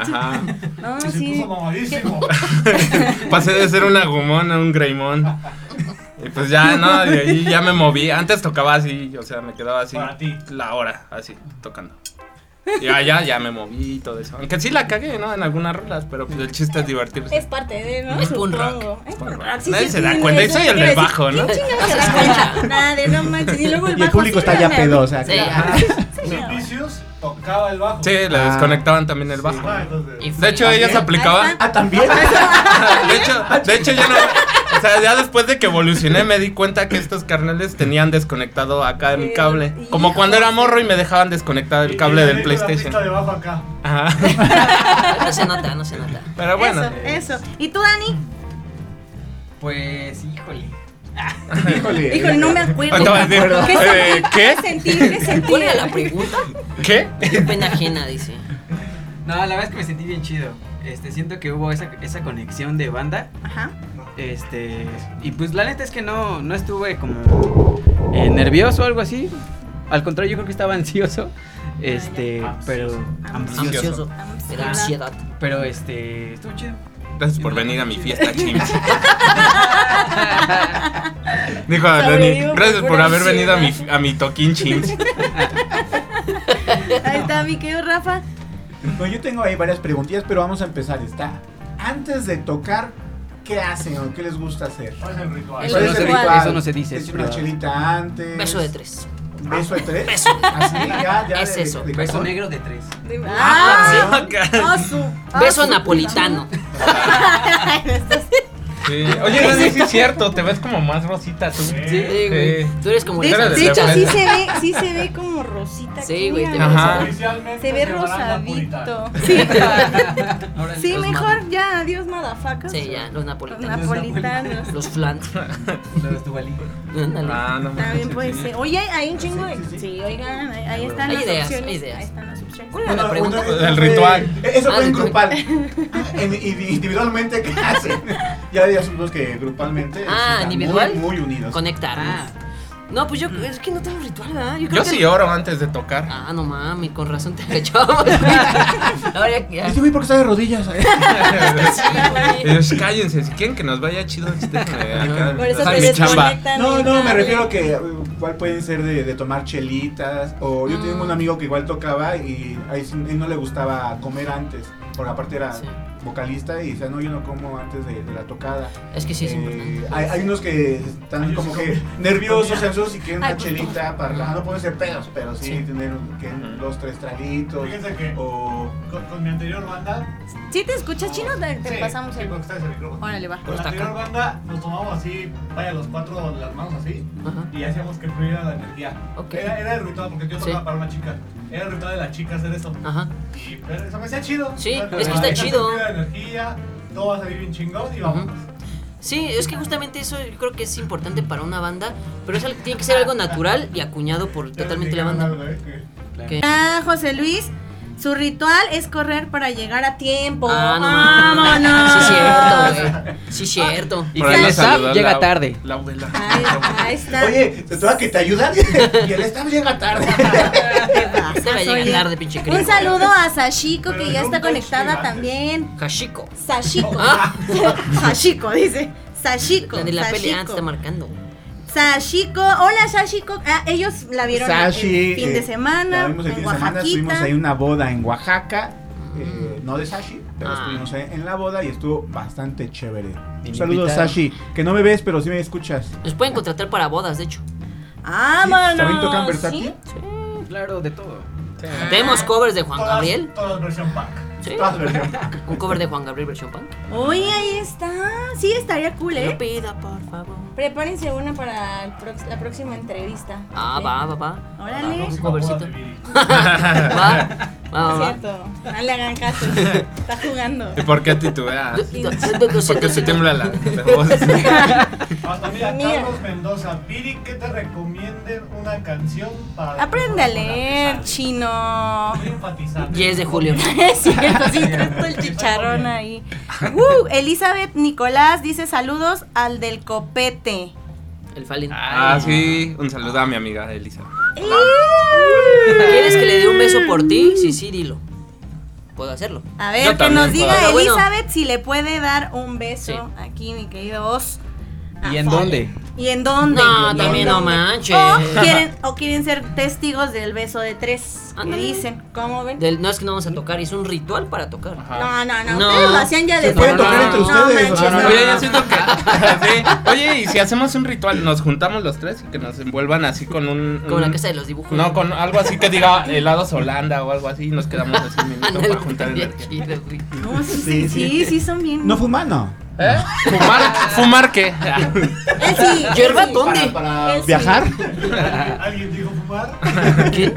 [SPEAKER 4] Ajá.
[SPEAKER 1] No,
[SPEAKER 6] Se
[SPEAKER 1] sí.
[SPEAKER 6] puso mamadísimo.
[SPEAKER 4] Pasé de ser un agumón a un greymón. Y pues ya, no, de ahí ya me moví. Antes tocaba así, o sea, me quedaba así.
[SPEAKER 6] Para ti.
[SPEAKER 4] La hora, así, tocando. Y allá ya me moví y todo eso. Aunque sí la cagué, ¿no? En algunas rolas, pero pues el chiste es divertirse.
[SPEAKER 1] Es parte de, ¿no?
[SPEAKER 3] Es punk rock.
[SPEAKER 1] Supongo. Es punk rock. Sí,
[SPEAKER 4] Nadie
[SPEAKER 1] sí,
[SPEAKER 4] se da
[SPEAKER 1] sí,
[SPEAKER 4] cuenta. Y
[SPEAKER 1] eso
[SPEAKER 4] soy
[SPEAKER 1] te
[SPEAKER 4] el
[SPEAKER 1] iba a
[SPEAKER 4] del
[SPEAKER 1] decir.
[SPEAKER 4] bajo, ¿no?
[SPEAKER 1] ¿Quién chingados se da cuenta? Nadie, no manches. Y luego el
[SPEAKER 2] Y el
[SPEAKER 1] bajo
[SPEAKER 2] público
[SPEAKER 1] sí
[SPEAKER 2] está ya
[SPEAKER 1] me-
[SPEAKER 2] pedo, o sea,
[SPEAKER 3] Sí,
[SPEAKER 2] que-
[SPEAKER 3] ajá.
[SPEAKER 6] Vicious tocaba el bajo.
[SPEAKER 4] Sí, le
[SPEAKER 2] Ah.
[SPEAKER 4] desconectaban también el bajo.
[SPEAKER 6] Ah, entonces.
[SPEAKER 3] Y
[SPEAKER 4] De hecho, ellos aplicaban.
[SPEAKER 2] Ah, también.
[SPEAKER 4] De hecho, de hecho yo no. O sea, ya después de que evolucioné me di cuenta que estos carnales tenían desconectado acá mi cable. Como cuando era morro y me dejaban desconectado el cable
[SPEAKER 6] Y- y
[SPEAKER 4] del
[SPEAKER 6] le meto la pista de
[SPEAKER 4] PlayStation.
[SPEAKER 6] bajo acá.
[SPEAKER 4] Ajá.
[SPEAKER 3] No se nota, no se nota.
[SPEAKER 4] Pero bueno.
[SPEAKER 1] Eso, eh, eso. ¿Y tú, Dani?
[SPEAKER 5] Pues, híjole.
[SPEAKER 2] Híjole.
[SPEAKER 1] Híjole, no me acuerdo.
[SPEAKER 4] Ahorita voy a decir,
[SPEAKER 1] ¿Qué,
[SPEAKER 4] eh, ¿Qué?
[SPEAKER 1] sentí? ¿Qué sentí?
[SPEAKER 3] ¿Cuál era la pregunta?
[SPEAKER 4] ¿Qué?
[SPEAKER 3] Qué pena ajena, dice.
[SPEAKER 5] No, la verdad es que me sentí bien chido. Este, siento que hubo esa, esa conexión de banda.
[SPEAKER 1] Ajá.
[SPEAKER 5] Este, y pues la neta es que no, no estuve como eh, nervioso o algo así. Al contrario, yo creo que estaba ansioso. Este,
[SPEAKER 6] Ah, ya.
[SPEAKER 5] pero
[SPEAKER 6] Ansioso.
[SPEAKER 3] Ansioso.
[SPEAKER 5] ansioso.
[SPEAKER 3] Me
[SPEAKER 1] Ah.
[SPEAKER 3] da ansiedad.
[SPEAKER 5] Pero este, estuvo chido.
[SPEAKER 4] Gracias por venir a mi fiesta, Chimps. Dijo a Lenny,
[SPEAKER 1] Sobrevivo
[SPEAKER 4] gracias
[SPEAKER 1] por
[SPEAKER 4] por
[SPEAKER 1] pura
[SPEAKER 4] haber venido a mi,
[SPEAKER 1] ansiedad".
[SPEAKER 4] a mi toquín Chimps.
[SPEAKER 1] Ahí está mi querido Rafa.
[SPEAKER 2] No, yo tengo ahí varias preguntillas, pero vamos a empezar. Está. Antes de tocar, ¿qué hacen o qué les gusta hacer?
[SPEAKER 6] ¿Cuál es el ritual?
[SPEAKER 1] El
[SPEAKER 5] Eso no, se,
[SPEAKER 1] ritual.
[SPEAKER 5] eso no se dice.
[SPEAKER 2] Es
[SPEAKER 5] es
[SPEAKER 2] una
[SPEAKER 5] privado.
[SPEAKER 2] chelita antes.
[SPEAKER 3] Beso de tres.
[SPEAKER 2] Beso de tres.
[SPEAKER 3] Beso.
[SPEAKER 2] Así, ya, ya.
[SPEAKER 3] Es eso,
[SPEAKER 5] Beso negro de tres.
[SPEAKER 1] Ah,
[SPEAKER 2] Ah,
[SPEAKER 1] oh, su- oh,
[SPEAKER 3] Beso
[SPEAKER 1] su-
[SPEAKER 3] napolitano.
[SPEAKER 4] Sí. Oye, Lenny, sí es cierto, te ves como más rosita tú.
[SPEAKER 6] Sí.
[SPEAKER 3] Sí, güey.
[SPEAKER 4] Sí.
[SPEAKER 3] Tú eres como
[SPEAKER 1] De,
[SPEAKER 3] el
[SPEAKER 4] Era
[SPEAKER 1] de
[SPEAKER 4] de
[SPEAKER 1] hecho, sí
[SPEAKER 4] referencia.
[SPEAKER 1] se, ve, sí se ve como rosita.
[SPEAKER 3] Sí,
[SPEAKER 1] aquí,
[SPEAKER 3] güey, te
[SPEAKER 1] mira.
[SPEAKER 3] ves
[SPEAKER 4] Ajá.
[SPEAKER 6] Oficialmente
[SPEAKER 1] Se ve
[SPEAKER 6] se baranda puritana.
[SPEAKER 1] rosadito. Sí,
[SPEAKER 3] Ahora
[SPEAKER 1] sí
[SPEAKER 3] los
[SPEAKER 1] mejor
[SPEAKER 3] ma-
[SPEAKER 1] ya. Adiós, madafacas.
[SPEAKER 3] Sí, ya, los
[SPEAKER 1] Los
[SPEAKER 3] napolitanos.
[SPEAKER 1] napolitanos.
[SPEAKER 3] Los flans.
[SPEAKER 5] Lo de tu balín.
[SPEAKER 3] Ándale.
[SPEAKER 4] Ah, no
[SPEAKER 1] También
[SPEAKER 4] manches,
[SPEAKER 1] puede
[SPEAKER 4] sí.
[SPEAKER 1] ser. pues, Oye, hay un chingo de.
[SPEAKER 2] Sí, sí, sí.
[SPEAKER 1] Sí, oigan, ahí, ahí están
[SPEAKER 3] Hay
[SPEAKER 1] las
[SPEAKER 3] ideas,
[SPEAKER 1] opciones.
[SPEAKER 3] hay ideas.
[SPEAKER 1] Ahí están las opciones.
[SPEAKER 3] ¿Cuál era la pregunta?
[SPEAKER 2] eso
[SPEAKER 4] El
[SPEAKER 2] fue-
[SPEAKER 4] ritual.
[SPEAKER 2] Eh, Eso
[SPEAKER 3] Ah,
[SPEAKER 2] fue en
[SPEAKER 3] el
[SPEAKER 2] grupal. En- indi- individualmente, ¿qué hacen? Ya, ya supimos que grupalmente.
[SPEAKER 3] Ah,
[SPEAKER 2] están
[SPEAKER 3] individual.
[SPEAKER 2] Muy, muy unidos.
[SPEAKER 3] Conectarnos. No, pues yo, es que no tengo ritual, ¿verdad? Yo creo
[SPEAKER 4] Yo
[SPEAKER 3] que.
[SPEAKER 4] sí oro antes de tocar.
[SPEAKER 3] Ah, no mames, con razón te agachabas. Ahora ya. ya-
[SPEAKER 2] Este güey, ¿por qué está de rodillas?
[SPEAKER 3] Sí, güey.
[SPEAKER 4] Ellos cállense, si quieren que nos vaya chido, déjenme acá.
[SPEAKER 1] Por eso
[SPEAKER 4] Esa
[SPEAKER 1] te
[SPEAKER 4] es mi chamba.
[SPEAKER 1] desconectan.
[SPEAKER 2] No,
[SPEAKER 1] el
[SPEAKER 2] no, me
[SPEAKER 1] cable.
[SPEAKER 2] refiero que eh, igual pueden ser de, de tomar chelitas. O yo tengo
[SPEAKER 3] Mm.
[SPEAKER 2] un amigo que igual tocaba y ahí sí- él no le gustaba comer antes. Porque aparte era
[SPEAKER 3] Sí.
[SPEAKER 2] vocalista y decía, no, yo no como antes de, de la tocada.
[SPEAKER 3] Es que sí es
[SPEAKER 2] Eh,
[SPEAKER 3] importante.
[SPEAKER 2] hay, hay unos que están
[SPEAKER 6] Ay,
[SPEAKER 2] como
[SPEAKER 6] sí,
[SPEAKER 2] que nerviosos,
[SPEAKER 6] comía.
[SPEAKER 2] ansiosos y quieren
[SPEAKER 1] Ay,
[SPEAKER 2] una
[SPEAKER 1] pues,
[SPEAKER 2] chelita para relajar. No pueden ser pedos, pero sí,
[SPEAKER 3] Sí.
[SPEAKER 2] tener un- que dos, tres traguitos.
[SPEAKER 6] Fíjense que
[SPEAKER 4] Oh.
[SPEAKER 2] O
[SPEAKER 6] con, con mi anterior banda.
[SPEAKER 1] Si te escuchas chino, te, te
[SPEAKER 6] Sí,
[SPEAKER 1] pasamos
[SPEAKER 6] sí,
[SPEAKER 1] el.
[SPEAKER 6] porque está ese micrófono.
[SPEAKER 1] Órale, va.
[SPEAKER 6] Con la
[SPEAKER 3] Pues Está
[SPEAKER 6] anterior
[SPEAKER 3] acá.
[SPEAKER 6] banda nos tomamos así, vaya, los cuatro las manos así.
[SPEAKER 3] Ajá.
[SPEAKER 6] Y hacíamos que fluyera la energía.
[SPEAKER 3] Ok.
[SPEAKER 6] Era, era el ritual, porque yo tocaba
[SPEAKER 3] Sí.
[SPEAKER 6] para una chica. Era el ritual de la chica hacer eso.
[SPEAKER 3] Ajá.
[SPEAKER 6] Y pero eso me hacía chido.
[SPEAKER 3] Sí,
[SPEAKER 6] Pero
[SPEAKER 3] es que
[SPEAKER 6] la
[SPEAKER 3] está
[SPEAKER 6] neta,
[SPEAKER 3] chido.
[SPEAKER 6] se fluye la energía, todo va a salir bien chingón y vamos.
[SPEAKER 3] Sí, es que justamente eso yo creo que es importante para una banda, pero es, al- tiene que ser algo natural y acuñado por totalmente la banda.
[SPEAKER 6] eh,
[SPEAKER 3] Que-
[SPEAKER 1] Ah, José Luis. Su ritual es correr para llegar a tiempo.
[SPEAKER 3] Ah, no
[SPEAKER 1] ¡Vámonos!
[SPEAKER 3] mames. Sí, cierto, güey. Sí, cierto.
[SPEAKER 5] Y
[SPEAKER 4] Ah, Por ahí
[SPEAKER 5] que
[SPEAKER 4] la
[SPEAKER 5] el
[SPEAKER 4] saludó
[SPEAKER 5] SAP llega
[SPEAKER 4] la-
[SPEAKER 5] tarde.
[SPEAKER 4] La abuela.
[SPEAKER 1] Ahí, ahí está.
[SPEAKER 2] Oye, ¿te toca que te ayudan? y el staff llega tarde.
[SPEAKER 3] Debe
[SPEAKER 1] cosas.
[SPEAKER 3] de
[SPEAKER 1] oye.
[SPEAKER 3] ganar de pinche
[SPEAKER 1] Un
[SPEAKER 3] gringo.
[SPEAKER 1] saludo
[SPEAKER 2] eh,
[SPEAKER 1] a Sashiko que ya está conectada también.
[SPEAKER 3] Hashiko.
[SPEAKER 1] Sashiko. Sashiko, dice. Sashiko.
[SPEAKER 3] Ah. La de la peli. Ah, te
[SPEAKER 1] Sashiko.
[SPEAKER 3] está marcando.
[SPEAKER 1] Sashiko, hola Sashiko. Ah, ellos la vieron
[SPEAKER 2] Sashi,
[SPEAKER 1] el fin
[SPEAKER 2] eh,
[SPEAKER 1] de semana
[SPEAKER 2] la vimos el
[SPEAKER 1] en
[SPEAKER 2] fin de semana, estuvimos
[SPEAKER 1] Oaxaquita.
[SPEAKER 2] ahí una boda en Oaxaca,
[SPEAKER 1] Mm.
[SPEAKER 2] eh, no de Sashi, pero
[SPEAKER 3] Ah.
[SPEAKER 2] estuvimos ahí en la boda y estuvo bastante chévere.
[SPEAKER 5] Y
[SPEAKER 2] Un
[SPEAKER 5] me
[SPEAKER 2] saludo
[SPEAKER 5] invitaron.
[SPEAKER 2] Sashi, que no me ves, pero sí me escuchas.
[SPEAKER 3] Nos pueden contratar para bodas, de hecho.
[SPEAKER 1] ¡Vámonos!
[SPEAKER 2] ¿También tocan
[SPEAKER 1] ¿sí?
[SPEAKER 2] versátil?
[SPEAKER 5] Claro, de todo.
[SPEAKER 4] Ah.
[SPEAKER 3] Tenemos covers de Juan
[SPEAKER 6] Todas-
[SPEAKER 3] Gabriel.
[SPEAKER 6] Todas versión pack.
[SPEAKER 3] Sí.
[SPEAKER 2] Todas versiones.
[SPEAKER 3] Un cover de Juan Gabriel versión punk.
[SPEAKER 1] Oye, ahí está. Sí, estaría cool,
[SPEAKER 3] Lo
[SPEAKER 1] ¿eh?
[SPEAKER 3] pida, por favor.
[SPEAKER 1] Prepárense una para el prox- la próxima entrevista.
[SPEAKER 3] Ah,
[SPEAKER 1] ¿Eh?
[SPEAKER 3] va, va, va.
[SPEAKER 1] Órale.
[SPEAKER 3] Un
[SPEAKER 1] Es
[SPEAKER 3] covercito.
[SPEAKER 6] Boda de Viri.
[SPEAKER 3] Va, va, va. va.
[SPEAKER 1] cierto. No le hagan caso. Está jugando.
[SPEAKER 4] ¿Y por qué titubea?
[SPEAKER 3] Do- do- do- do-
[SPEAKER 4] ¿Por qué se tiembla la, la voz?
[SPEAKER 6] Hasta mira,
[SPEAKER 1] Mira.
[SPEAKER 6] Carlos Mendoza, Piri, que te recomienden una canción para.
[SPEAKER 1] Aprende a leer, chino.
[SPEAKER 6] Muy enfatizante.
[SPEAKER 3] 10 de julio.
[SPEAKER 1] Es cierto, sí, traes todo el chicharrón ahí. Uh, Elizabeth Nicolás dice saludos al del copete.
[SPEAKER 3] El Falin.
[SPEAKER 4] Ah, sí. Un saludo a mi amiga Elisa.
[SPEAKER 3] ¿Quieres que le dé un beso por ti? Sí, sí, dilo. Puedo hacerlo.
[SPEAKER 1] A
[SPEAKER 4] Yo
[SPEAKER 1] ver, que
[SPEAKER 4] también
[SPEAKER 1] nos diga
[SPEAKER 3] puedo. Bueno.
[SPEAKER 1] Elizabeth si le puede dar un beso
[SPEAKER 3] Sí.
[SPEAKER 1] aquí, mi querido Oz.
[SPEAKER 5] ¿Y en
[SPEAKER 1] Ajá.
[SPEAKER 5] dónde?
[SPEAKER 1] ¿Y en dónde?
[SPEAKER 3] No,
[SPEAKER 1] ¿Y en
[SPEAKER 3] también no Oh,
[SPEAKER 1] dónde?
[SPEAKER 3] manches.
[SPEAKER 1] O quieren, o quieren ser testigos del beso de tres. ¿Qué
[SPEAKER 3] Ándale.
[SPEAKER 1] dicen? ¿Cómo ven?
[SPEAKER 3] Del- no es que no vamos a tocar, es un ritual para tocar.
[SPEAKER 1] No, no, no,
[SPEAKER 3] No.
[SPEAKER 1] Ustedes lo hacían ya
[SPEAKER 2] Se
[SPEAKER 1] después.
[SPEAKER 2] pueden
[SPEAKER 4] tocar
[SPEAKER 1] No,
[SPEAKER 4] entre Ah,
[SPEAKER 1] no,
[SPEAKER 2] ustedes,
[SPEAKER 1] manches,
[SPEAKER 2] o sea,
[SPEAKER 1] no.
[SPEAKER 4] Oye, yo siento que. sí. Oye, y si hacemos un ritual, nos juntamos los tres y que nos envuelvan así con un.
[SPEAKER 3] Como la
[SPEAKER 4] un-
[SPEAKER 3] casa de los dibujos.
[SPEAKER 4] No, con algo así que diga helados Holanda o algo así y nos quedamos así un minuto para juntar
[SPEAKER 3] Bien
[SPEAKER 4] energía.
[SPEAKER 3] chido, güey.
[SPEAKER 1] No, sí,
[SPEAKER 2] Sí,
[SPEAKER 1] sí,
[SPEAKER 2] sí.
[SPEAKER 1] sí, sí, son bien.
[SPEAKER 2] No fumano.
[SPEAKER 4] ¿Eh? ¿Fumar, ¿Fumar qué?
[SPEAKER 1] Él sí, él
[SPEAKER 3] ¿Yerba
[SPEAKER 1] sí.
[SPEAKER 3] dónde?
[SPEAKER 1] Él sí.
[SPEAKER 2] ¿Viajar?
[SPEAKER 6] ¿Alguien dijo fumar?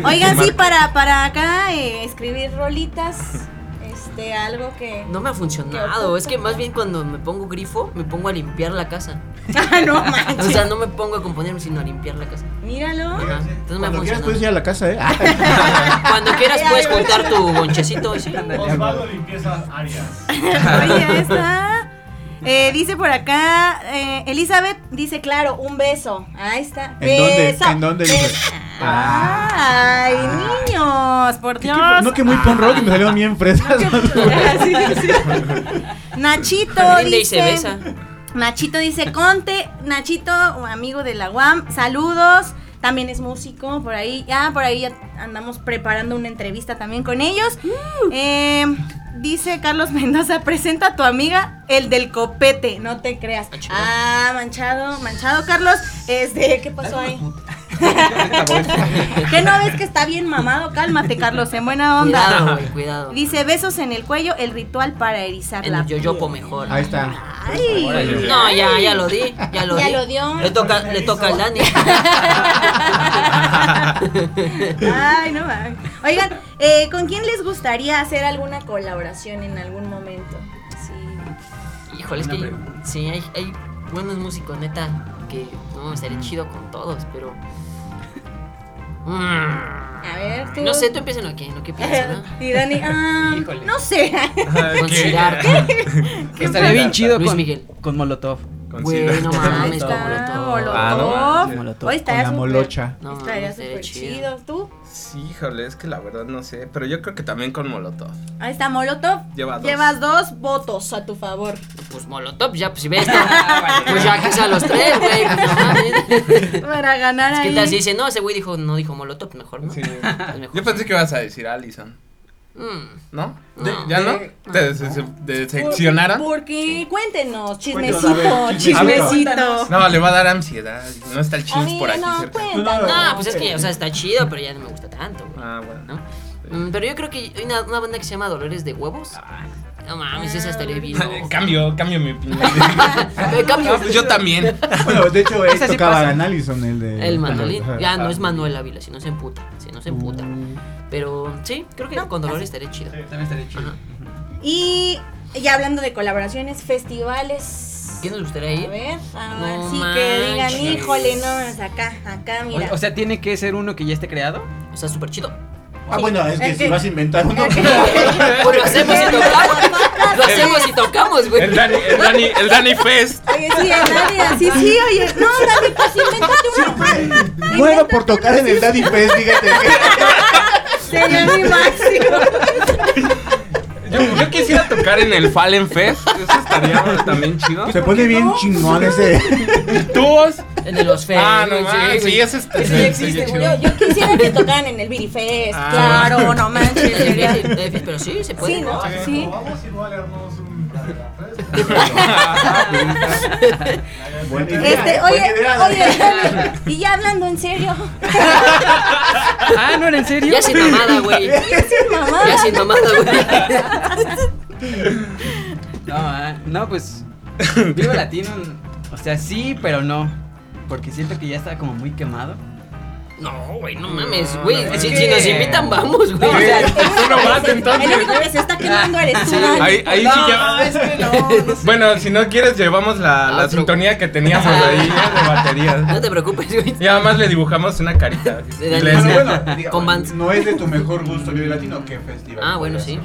[SPEAKER 1] Oigan, sí,
[SPEAKER 4] Fumar.
[SPEAKER 1] para, para acá eh, escribir rolitas, este, algo que...
[SPEAKER 3] No me ha funcionado. Es que más bien cuando me pongo grifo, me pongo a limpiar la casa.
[SPEAKER 1] Ah, no
[SPEAKER 3] O sea,
[SPEAKER 1] manches.
[SPEAKER 3] no me pongo a componer, sino a limpiar la casa.
[SPEAKER 1] Míralo.
[SPEAKER 3] Ajá. Entonces me ha
[SPEAKER 2] Cuando quieras
[SPEAKER 3] funcionado.
[SPEAKER 2] puedes ir a la casa, ¿eh? Ah,
[SPEAKER 3] Cuando quieras puedes juntar tu bonchecito. Sí.
[SPEAKER 6] Osvaldo limpieza Arias.
[SPEAKER 1] Oye, ya está. Eh, dice por acá, eh, Elizabeth dice, claro, un beso. Ahí está.
[SPEAKER 2] ¿En dónde?
[SPEAKER 1] Beso.
[SPEAKER 2] ¿En dónde, Elizabeth? Ah.
[SPEAKER 1] Ay, niños, por
[SPEAKER 2] ¿Qué-
[SPEAKER 1] Dios.
[SPEAKER 2] qué- no que muy pon rock y me salieron bien fresas.
[SPEAKER 1] Sí, sí. Nachito
[SPEAKER 3] Rinde
[SPEAKER 1] dice,
[SPEAKER 3] y se besa.
[SPEAKER 1] Nachito dice, Conte, Nachito, amigo de la UAM, saludos. También es músico, por ahí, ya, por ahí ya andamos preparando una entrevista también con ellos.
[SPEAKER 3] Uh.
[SPEAKER 1] Eh, dice Carlos Mendoza, presenta a tu amiga, el del copete, no te creas.
[SPEAKER 3] Ah, chido.
[SPEAKER 1] Ah, manchado, manchado, Carlos. Este, ¿qué pasó ahí? ¿Qué no ves que está bien mamado? Cálmate, Carlos, en buena onda.
[SPEAKER 3] Cuidado, güey, cuidado.
[SPEAKER 1] Dice besos en el cuello, el ritual para erizar la
[SPEAKER 3] El yoyopo mejor.
[SPEAKER 2] Ahí está.
[SPEAKER 1] Ay,
[SPEAKER 4] Órale.
[SPEAKER 3] No, ya, ya lo di, ya lo
[SPEAKER 1] Ya
[SPEAKER 3] di.
[SPEAKER 1] lo dio.
[SPEAKER 3] Le toca, le toca al Dani.
[SPEAKER 1] Ay, no va. Oigan, eh, ¿con quién les gustaría hacer alguna colaboración en algún momento? Sí.
[SPEAKER 3] Híjole, es que sí, hay, hay buenos músicos, neta, que no me estaría chido con todos, pero. Mm.
[SPEAKER 1] A ver, tú.
[SPEAKER 3] No sé, tú empieza en lo que, en lo que piensas, ¿no?
[SPEAKER 1] Y Dani, ah,
[SPEAKER 5] Híjole.
[SPEAKER 1] no sé.
[SPEAKER 3] Con cigarro.
[SPEAKER 5] Estaría bien chido
[SPEAKER 3] Luis
[SPEAKER 5] con,
[SPEAKER 3] Miguel.
[SPEAKER 5] con Molotov.
[SPEAKER 4] Con
[SPEAKER 3] Güey, no
[SPEAKER 1] Ahí
[SPEAKER 3] mames, con
[SPEAKER 1] está, Molotov.
[SPEAKER 3] Molotov.
[SPEAKER 4] Ah, no manches.
[SPEAKER 5] Molotov.
[SPEAKER 1] Hoy
[SPEAKER 2] Con
[SPEAKER 1] estaría
[SPEAKER 2] la
[SPEAKER 1] súper-
[SPEAKER 2] molocha.
[SPEAKER 3] No,
[SPEAKER 1] Estaría
[SPEAKER 3] mames,
[SPEAKER 1] súper
[SPEAKER 3] chido.
[SPEAKER 1] chido. ¿Tú?
[SPEAKER 4] Sí, híjole, es que la verdad no sé. Pero yo creo que también con Molotov.
[SPEAKER 1] Ahí está Molotov.
[SPEAKER 4] Lleva dos.
[SPEAKER 1] Llevas dos votos a tu favor.
[SPEAKER 3] Pues Molotov, ya, pues si ves. Pues ya quizá los tres, güey. pues, no mames.
[SPEAKER 1] Para ganar
[SPEAKER 3] ¿Qué
[SPEAKER 1] ahí.
[SPEAKER 3] tal si dice? No, ese güey dijo, no dijo Molotov, mejor, ¿no?
[SPEAKER 4] Sí.
[SPEAKER 3] Es mejor.
[SPEAKER 4] Yo pensé que ibas a decir Allison,
[SPEAKER 3] Mm.
[SPEAKER 4] ¿no?
[SPEAKER 3] No.
[SPEAKER 4] ¿Ya no? ¿Te des- des- decepcionaron?
[SPEAKER 1] ¿Por qué? Cuéntenos,
[SPEAKER 2] Cuéntenos, a
[SPEAKER 1] chismecito,
[SPEAKER 2] ver, chismecito.
[SPEAKER 1] chismecito.
[SPEAKER 4] No, le va a dar ansiedad. No está el
[SPEAKER 1] A
[SPEAKER 4] chis
[SPEAKER 1] mí
[SPEAKER 4] por aquí
[SPEAKER 1] no,
[SPEAKER 4] cerca.
[SPEAKER 1] cuéntanos.
[SPEAKER 3] No, pues es que, o sea, está chido, pero ya no me gusta tanto, güey.
[SPEAKER 4] Ah,
[SPEAKER 3] ¿no?
[SPEAKER 4] bueno.
[SPEAKER 3] Mm, Pero yo creo que hay una, una banda que se llama Dolores de Huevos. No mames, esa estaría bien. loca.
[SPEAKER 4] Ah, Cambio, cambio mi opinión.
[SPEAKER 3] Eh, cambio.
[SPEAKER 4] Ah, pues yo también.
[SPEAKER 2] Bueno, de hecho, él
[SPEAKER 5] Ese sí
[SPEAKER 2] tocaba
[SPEAKER 5] pasa.
[SPEAKER 2] a Allison, el de.
[SPEAKER 3] El mandolín.
[SPEAKER 2] Ajá.
[SPEAKER 3] Ya no es Manuel Ávila, si no se emputa. Si no se emputa. Pero sí, creo que con Dolores estaría chido.
[SPEAKER 5] También estaría chido.
[SPEAKER 1] Y ya hablando de colaboraciones, festivales.
[SPEAKER 3] ¿Quién nos gustaría
[SPEAKER 1] A
[SPEAKER 3] ir?
[SPEAKER 1] ver, a ver,
[SPEAKER 3] No
[SPEAKER 1] sí, que digan,
[SPEAKER 3] manches.
[SPEAKER 1] híjole, no, es acá, acá, mira.
[SPEAKER 5] O, o sea, tiene que ser uno que ya esté creado.
[SPEAKER 3] O sea, súper chido.
[SPEAKER 2] Ah, bueno, es que
[SPEAKER 1] Es
[SPEAKER 2] si
[SPEAKER 1] que-
[SPEAKER 2] vas a inventar uno.
[SPEAKER 3] Pues lo hacemos y tocamos. Lo hacemos y tocamos, güey.
[SPEAKER 4] El Dani, el Dani, el Dani Fest.
[SPEAKER 1] Oye, sí, Dani, así, sí, oye, no, Dani, pues invéntate uno.
[SPEAKER 2] Muero por tocar en el Daddy Fest, fíjate.
[SPEAKER 1] Sería mi máximo.
[SPEAKER 4] Yo, yo quisiera tocar en el Fallen Fest. Eso estaría también chido.
[SPEAKER 2] Se pone bien chingón ese.
[SPEAKER 4] ¿Tubos?
[SPEAKER 3] En el Osfer.
[SPEAKER 4] Ah, no mames. Sí, ese es-
[SPEAKER 1] Eso
[SPEAKER 4] sí,
[SPEAKER 1] ya existe,
[SPEAKER 4] sí,
[SPEAKER 1] güey. Yo, yo quisiera que tocaran en el Birifest.
[SPEAKER 4] Ah.
[SPEAKER 1] claro, no manches. sería-
[SPEAKER 3] Pero sí, se puede.
[SPEAKER 1] Sí, ¿no?
[SPEAKER 6] Oye,
[SPEAKER 1] Sí.
[SPEAKER 6] ¿no Vamos igual a darnos un
[SPEAKER 2] Buena
[SPEAKER 1] Este,
[SPEAKER 2] idea,
[SPEAKER 1] oye,
[SPEAKER 2] buena idea.
[SPEAKER 1] oye, y ya hablando en serio,
[SPEAKER 9] Ah, ¿no era en serio?
[SPEAKER 3] Ya sin mamada, güey.
[SPEAKER 1] mamá.
[SPEAKER 3] Ya sin mamada, güey.
[SPEAKER 5] No, ah, no, pues. Vivo Latino. O sea, sí, pero no. Porque siento que ya está como muy quemado.
[SPEAKER 3] No, güey, no mames, güey.
[SPEAKER 5] no,
[SPEAKER 3] si,
[SPEAKER 5] es
[SPEAKER 3] si
[SPEAKER 5] que-
[SPEAKER 3] nos invitan, vamos, güey.
[SPEAKER 5] No, o sea,
[SPEAKER 4] Tú no vas, entonces.
[SPEAKER 1] el único que se está quemando eres tú. Dani.
[SPEAKER 4] Ahí, ahí sí ya. Bueno, si no quieres, llevamos la, la
[SPEAKER 3] Otro.
[SPEAKER 4] sintonía que teníamos ahí ¿eh? de
[SPEAKER 3] No
[SPEAKER 4] batería.
[SPEAKER 3] te preocupes, güey.
[SPEAKER 4] Y además le dibujamos una carita.
[SPEAKER 3] De la
[SPEAKER 4] Le
[SPEAKER 3] niña.
[SPEAKER 4] decía,
[SPEAKER 2] Bueno, diga,
[SPEAKER 3] Con Vans.
[SPEAKER 2] No es de tu mejor gusto Vive Latino que festival.
[SPEAKER 3] Ah, bueno, sí.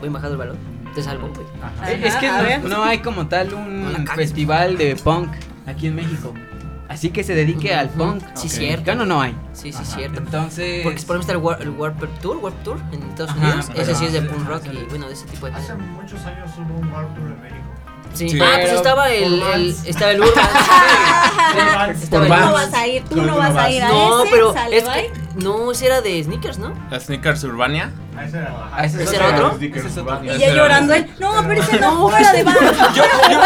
[SPEAKER 3] Voy bajando el balón. Te salvo, güey.
[SPEAKER 1] Ajá,
[SPEAKER 5] es que
[SPEAKER 1] a ver.
[SPEAKER 5] no, no hay como tal un
[SPEAKER 3] Hola, Cacho.
[SPEAKER 5] festival de punk aquí en México. Así que se dedique al
[SPEAKER 3] Ujú.
[SPEAKER 5] punk.
[SPEAKER 3] Sí,
[SPEAKER 5] Ok.
[SPEAKER 3] cierto.
[SPEAKER 5] Mexicano no hay.
[SPEAKER 3] Sí, sí, cierto.
[SPEAKER 5] Entonces.
[SPEAKER 3] Porque por ejemplo está el, War, el Warped Tour, Warped Tour en Estados
[SPEAKER 5] Ajá,
[SPEAKER 3] Unidos.
[SPEAKER 5] pero-
[SPEAKER 3] Ese sí es de
[SPEAKER 5] ajá,
[SPEAKER 3] punk rock
[SPEAKER 5] sale.
[SPEAKER 3] y bueno, de ese tipo de
[SPEAKER 6] Hace
[SPEAKER 3] cosas.
[SPEAKER 6] muchos años hubo un bar tour en México.
[SPEAKER 3] Sí.
[SPEAKER 4] Sí.
[SPEAKER 3] Ah, pues
[SPEAKER 5] Pero-
[SPEAKER 3] estaba el, el
[SPEAKER 6] Urbans.
[SPEAKER 3] estaba el Urban.
[SPEAKER 1] Tú
[SPEAKER 3] estaba el
[SPEAKER 1] Pues no
[SPEAKER 3] Urban.
[SPEAKER 1] vas a ir, tú
[SPEAKER 2] No,
[SPEAKER 1] no
[SPEAKER 2] tú no
[SPEAKER 1] vas a
[SPEAKER 2] vas.
[SPEAKER 1] ir a
[SPEAKER 3] No,
[SPEAKER 1] ese,
[SPEAKER 3] pero
[SPEAKER 1] sale,
[SPEAKER 3] es
[SPEAKER 1] bye.
[SPEAKER 3] que no, ese era de sneakers, ¿no?
[SPEAKER 4] La Sneakers Urbania.
[SPEAKER 6] Ah, ese era-
[SPEAKER 5] Ah, ese es
[SPEAKER 3] ¿Ese era
[SPEAKER 5] otro.
[SPEAKER 3] otro?
[SPEAKER 5] Ese es otro.
[SPEAKER 1] Y ya llorando él, no, pero ese no, fuera de barrio.
[SPEAKER 4] Yo, yo,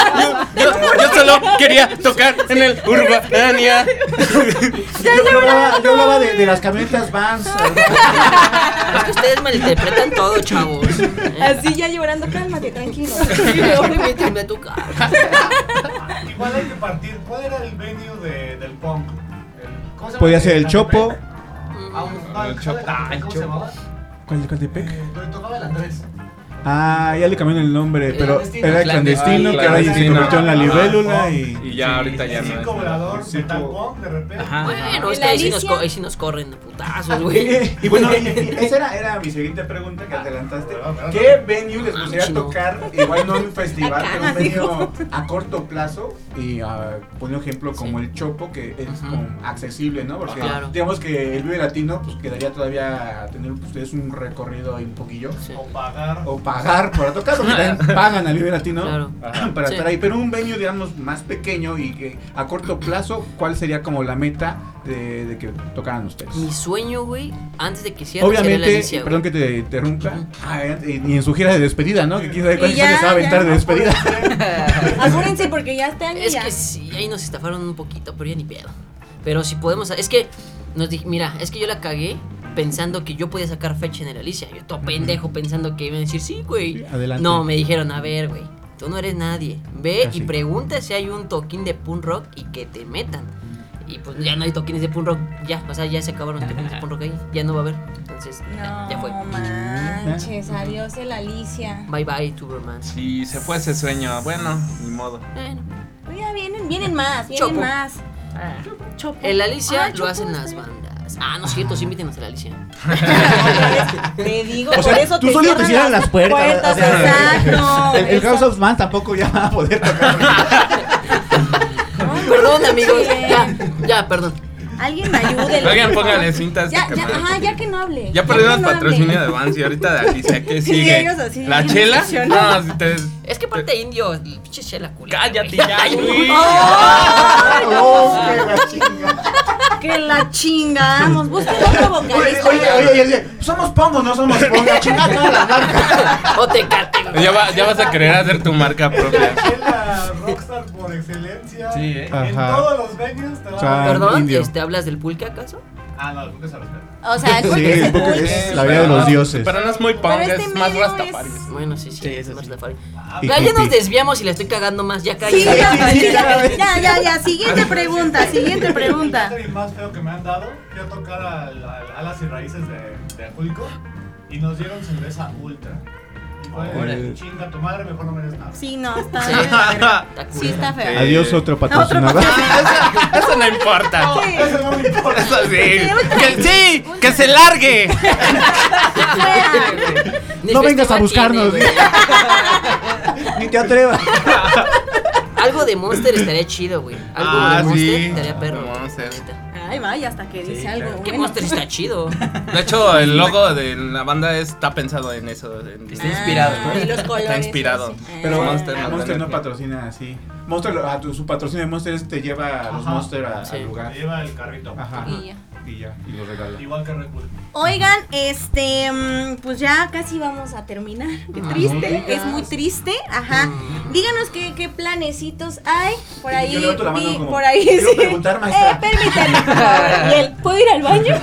[SPEAKER 4] yo, yo solo quería tocar en el Urbania.
[SPEAKER 2] Yo, yo hablaba, yo hablaba de, de las camionetas Vans.
[SPEAKER 3] Es que ustedes malinterpretan todo, chavos. ¿eh?
[SPEAKER 1] Así ya llorando, cálmate, tranquilo.
[SPEAKER 3] Ahora invítenme a tu casa.
[SPEAKER 6] Igual hay que partir. ¿Cuál era el venue de- del punk? El- ¿cómo se llama?
[SPEAKER 2] Podía ser el Chopo.
[SPEAKER 6] Ah, un- no,
[SPEAKER 4] El
[SPEAKER 6] el
[SPEAKER 4] Chopo.
[SPEAKER 6] Ah, ¿Cómo se llamaba?
[SPEAKER 2] ¿Cuál de Catepec?
[SPEAKER 6] Eh, donde tocaba el Andrés.
[SPEAKER 2] Ah, ya le cambiaron el nombre, pero
[SPEAKER 5] Clandestino,
[SPEAKER 2] era
[SPEAKER 4] clandestino,
[SPEAKER 2] clandestino, que ahora ya se
[SPEAKER 4] clandestino.
[SPEAKER 2] convirtió en la
[SPEAKER 4] Ajá.
[SPEAKER 2] libélula y.
[SPEAKER 4] Y ya ahorita ya
[SPEAKER 6] El
[SPEAKER 4] no. es
[SPEAKER 6] circo
[SPEAKER 4] nada.
[SPEAKER 6] volador, metal punk, de repente.
[SPEAKER 5] Ajá.
[SPEAKER 3] Bueno,
[SPEAKER 1] ¿Y
[SPEAKER 3] es que
[SPEAKER 1] la
[SPEAKER 3] ahí sí, nos,
[SPEAKER 1] Alicia?
[SPEAKER 3] co- ahí sí nos corren de putazos, güey.
[SPEAKER 2] Y bueno, esa era, era mi siguiente pregunta que adelantaste. ¿Qué venue les gustaría
[SPEAKER 3] Chino.
[SPEAKER 2] tocar? Igual no en un festival, pero
[SPEAKER 1] Acá,
[SPEAKER 2] un venue a corto plazo. Y ah, pone un ejemplo como el Chopo, que es
[SPEAKER 3] Ajá.
[SPEAKER 2] como accesible, ¿no? Porque
[SPEAKER 3] Claro.
[SPEAKER 2] digamos que el Vive Latino pues, quedaría todavía a tener ustedes un recorrido ahí un poquillo.
[SPEAKER 3] Sí,
[SPEAKER 6] O pagar.
[SPEAKER 2] O pagar para tocar, porque también pagan al Vive Latino
[SPEAKER 3] Ah, Claro.
[SPEAKER 2] para
[SPEAKER 3] Sí.
[SPEAKER 2] estar ahí. Pero un venue, digamos, más pequeño y que a corto plazo, ¿cuál sería como la meta de, de que tocaran ustedes?
[SPEAKER 3] Mi sueño, güey, antes de que hiciera sería la
[SPEAKER 2] Obviamente,
[SPEAKER 3] Alicia, güey.
[SPEAKER 2] perdón que te interrumpa,
[SPEAKER 3] Ujú.
[SPEAKER 2] ah, eh, y en su gira de despedida, ¿no? Que quién sabe cuántos
[SPEAKER 1] Y ya,
[SPEAKER 2] años se va a aventar
[SPEAKER 1] ya.
[SPEAKER 2] de despedida.
[SPEAKER 1] Apúrense porque ya este año
[SPEAKER 3] Es
[SPEAKER 1] ya.
[SPEAKER 3] que sí, ahí nos estafaron un poquito, pero ya ni pedo. Pero si podemos, es que nos dije, mira, es que yo la cagué pensando que yo podía sacar fecha en el Alicia. Yo todo pendejo pensando que iban a decir, sí, güey.
[SPEAKER 2] Sí, adelante.
[SPEAKER 3] No, me dijeron, a ver, güey, tú no eres nadie. Ve
[SPEAKER 2] Así.
[SPEAKER 3] y pregunta si hay un toquín de punk rock y que te metan. Y pues ya no hay toquines de punk rock, ya, o sea, ya se acabaron los toquines de punk rock ahí, ya no va a haber. Entonces, ya, ya fue.
[SPEAKER 1] No manches, adiós el Alicia.
[SPEAKER 3] Bye bye, Tuberman.
[SPEAKER 4] Sí, se fue ese sueño. Bueno, ni modo.
[SPEAKER 3] Bueno,
[SPEAKER 1] Oiga, Pues vienen, vienen más, vienen
[SPEAKER 3] Chopo.
[SPEAKER 1] más. Chopo.
[SPEAKER 3] Eh, el Alicia
[SPEAKER 1] Ah,
[SPEAKER 3] lo
[SPEAKER 1] Chopo
[SPEAKER 3] hacen
[SPEAKER 1] está
[SPEAKER 3] las
[SPEAKER 1] bien.
[SPEAKER 3] bandas. Ah, no es cierto, sí invítenos a la Alicia.
[SPEAKER 1] Te digo,
[SPEAKER 2] O sea,
[SPEAKER 1] por eso
[SPEAKER 2] tú solo te cierran las puertas. o sea,
[SPEAKER 1] exacto.
[SPEAKER 2] el, el House of Man tampoco ya va a poder tocar.
[SPEAKER 3] Perdón, amigos.
[SPEAKER 1] Bien.
[SPEAKER 3] Ya, ya, perdón.
[SPEAKER 1] Alguien me ayude.
[SPEAKER 4] Alguien póngale cinta a este
[SPEAKER 1] Ya, ya,
[SPEAKER 4] carnal.
[SPEAKER 1] ajá, ya que no hable.
[SPEAKER 4] Ya perdimos
[SPEAKER 1] que no hable.
[SPEAKER 4] patrocinio de Vans y ahorita de Alicia, ¿qué
[SPEAKER 1] Sí,
[SPEAKER 4] sigue?
[SPEAKER 1] ellos así,
[SPEAKER 4] ¿La
[SPEAKER 1] bien
[SPEAKER 4] chela?
[SPEAKER 1] decepcionados.
[SPEAKER 4] No, si te...
[SPEAKER 3] Es que parte indio, el pinche chela culia.
[SPEAKER 4] Cállate
[SPEAKER 3] güey.
[SPEAKER 4] ya,
[SPEAKER 3] Ay,
[SPEAKER 4] güey.
[SPEAKER 2] ¡Oh, qué la chinga!
[SPEAKER 1] Que la chingamos. Busquen otro
[SPEAKER 2] Oye,
[SPEAKER 1] vocalista.
[SPEAKER 2] Oh. oye, oye, oye, somos pongo, no somos pongo, chingada toda la marca.
[SPEAKER 3] O te cate, güey.
[SPEAKER 4] Ya, va- ya vas a querer hacer tu marca propia.
[SPEAKER 6] Es la rockstar por excelencia.
[SPEAKER 5] Sí, ¿eh?
[SPEAKER 6] En
[SPEAKER 2] Ajá.
[SPEAKER 6] todos los venues te va
[SPEAKER 2] Chan.
[SPEAKER 6] a
[SPEAKER 3] Perdón,
[SPEAKER 2] indio.
[SPEAKER 3] este, ¿hablas del pulque acaso?
[SPEAKER 6] Ah, no, nunca se respeta.
[SPEAKER 1] O sea, es
[SPEAKER 2] Sí,
[SPEAKER 1] porque se
[SPEAKER 2] el book
[SPEAKER 1] pulque.
[SPEAKER 2] es la vida de los dioses.
[SPEAKER 4] Pero no es muy punk,
[SPEAKER 1] Pero este
[SPEAKER 4] es más
[SPEAKER 1] medio
[SPEAKER 4] rastafari.
[SPEAKER 1] es-
[SPEAKER 3] Bueno, sí, sí.
[SPEAKER 5] Sí, eso
[SPEAKER 3] más
[SPEAKER 5] sí.
[SPEAKER 3] Rastafari.
[SPEAKER 2] Y
[SPEAKER 3] Ya, ya nos
[SPEAKER 2] hippie.
[SPEAKER 3] desviamos y la estoy cagando más. Ya
[SPEAKER 1] Sí,
[SPEAKER 3] cállate.
[SPEAKER 1] ya,
[SPEAKER 2] Sí, sí,
[SPEAKER 1] ya,
[SPEAKER 2] ya.
[SPEAKER 1] ya, ya, ya. Siguiente pregunta, siguiente pregunta.
[SPEAKER 6] El más feo que me han dado, fui a tocar al, al- alas y raíces de, de Acapulco y nos dieron cerveza ultra. Y fue,
[SPEAKER 2] Órale.
[SPEAKER 6] chinga tu madre, mejor no me des nada.
[SPEAKER 1] Sí, no, está bien.
[SPEAKER 3] Está
[SPEAKER 1] Sí,
[SPEAKER 3] culero.
[SPEAKER 1] está feo.
[SPEAKER 2] Adiós, otro patrocinador.
[SPEAKER 4] Eso, eso no importa.
[SPEAKER 6] Eso no me importa.
[SPEAKER 4] Eso sí. Que, sí, que se largue.
[SPEAKER 3] Ni
[SPEAKER 2] No vengas
[SPEAKER 3] festival
[SPEAKER 2] a buscarnos.
[SPEAKER 3] tiene, güey.
[SPEAKER 2] Ni te atrevas.
[SPEAKER 3] Algo de Monster estaría chido, güey. Algo
[SPEAKER 4] Ah,
[SPEAKER 3] de Monster
[SPEAKER 4] sí.
[SPEAKER 3] estaría perro.
[SPEAKER 4] Monster.
[SPEAKER 3] neta.
[SPEAKER 1] Ay, vaya, hasta que dice algo
[SPEAKER 3] Que
[SPEAKER 1] bueno.
[SPEAKER 3] Monster está chido.
[SPEAKER 4] De hecho, el logo de la banda está pensado en eso. en-
[SPEAKER 3] Está inspirado, ¿no?
[SPEAKER 1] y los colores,
[SPEAKER 4] Está inspirado.
[SPEAKER 1] sí.
[SPEAKER 2] Pero
[SPEAKER 4] Ah.
[SPEAKER 2] Monster,
[SPEAKER 4] Monster no
[SPEAKER 2] no
[SPEAKER 4] tenemos.
[SPEAKER 2] patrocina así. Monster, lo- a tu- su patrocinio de Monster es te lleva a los
[SPEAKER 6] Ajá.
[SPEAKER 2] Monster a- al lugar.
[SPEAKER 6] Te lleva el carrito.
[SPEAKER 2] Ajá.
[SPEAKER 1] Y ya.
[SPEAKER 2] Y ya, y lo regala.
[SPEAKER 6] Igual que Red Bull.
[SPEAKER 1] Oigan, este, mm, pues ya casi vamos a terminar.
[SPEAKER 2] Ah,
[SPEAKER 1] Qué triste, es muy triste. Ajá. Díganos qué, qué planecitos hay por
[SPEAKER 2] Mm. Yo
[SPEAKER 1] ahí.
[SPEAKER 2] levanto la mano
[SPEAKER 1] di-
[SPEAKER 2] como,
[SPEAKER 1] por ahí.
[SPEAKER 2] "Quiero preguntar, maestra".
[SPEAKER 1] Eh, permítame. por favor. Y él, ¿Puedo ir al baño?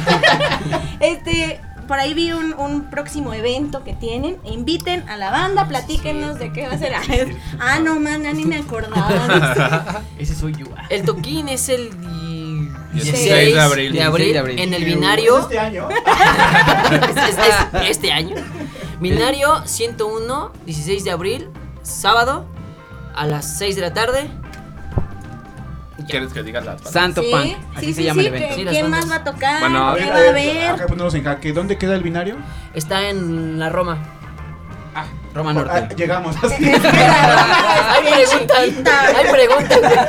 [SPEAKER 1] este, por ahí vi un, un próximo evento que tienen. Inviten a la
[SPEAKER 2] Ah,
[SPEAKER 1] banda, platíquenos de qué va a ser. Ah, no, man, ya ni me acordaba.
[SPEAKER 9] Ese soy yo.
[SPEAKER 3] El toquín es el di-
[SPEAKER 4] 16 de abril.
[SPEAKER 3] de
[SPEAKER 9] 16
[SPEAKER 3] abril,
[SPEAKER 9] de abril.
[SPEAKER 3] en el
[SPEAKER 2] ¿Es
[SPEAKER 3] binario.
[SPEAKER 2] Este año.
[SPEAKER 3] es- es- es- este año. Binario 101, 16 de abril, sábado, a las 6 de la tarde.
[SPEAKER 4] ¿Quieres que diga las palabras?
[SPEAKER 9] Santo
[SPEAKER 1] Sí,
[SPEAKER 9] Punk. Así
[SPEAKER 1] sí,
[SPEAKER 9] se
[SPEAKER 1] sí,
[SPEAKER 9] llama
[SPEAKER 1] sí,
[SPEAKER 9] el evento.
[SPEAKER 1] que-
[SPEAKER 3] Sí, las
[SPEAKER 1] ¿Quién más
[SPEAKER 3] bandas.
[SPEAKER 1] va a tocar?
[SPEAKER 4] Bueno, a
[SPEAKER 1] ¿Qué
[SPEAKER 2] ver,
[SPEAKER 1] va a
[SPEAKER 2] ver,
[SPEAKER 1] haber?
[SPEAKER 2] Acá ponernos en jaque. ¿Dónde queda el binario?
[SPEAKER 3] Está en la Roma.
[SPEAKER 9] Roma
[SPEAKER 2] Ah,
[SPEAKER 9] Norte.
[SPEAKER 2] llegamos. Así.
[SPEAKER 3] Hay preguntas. Hay preguntas.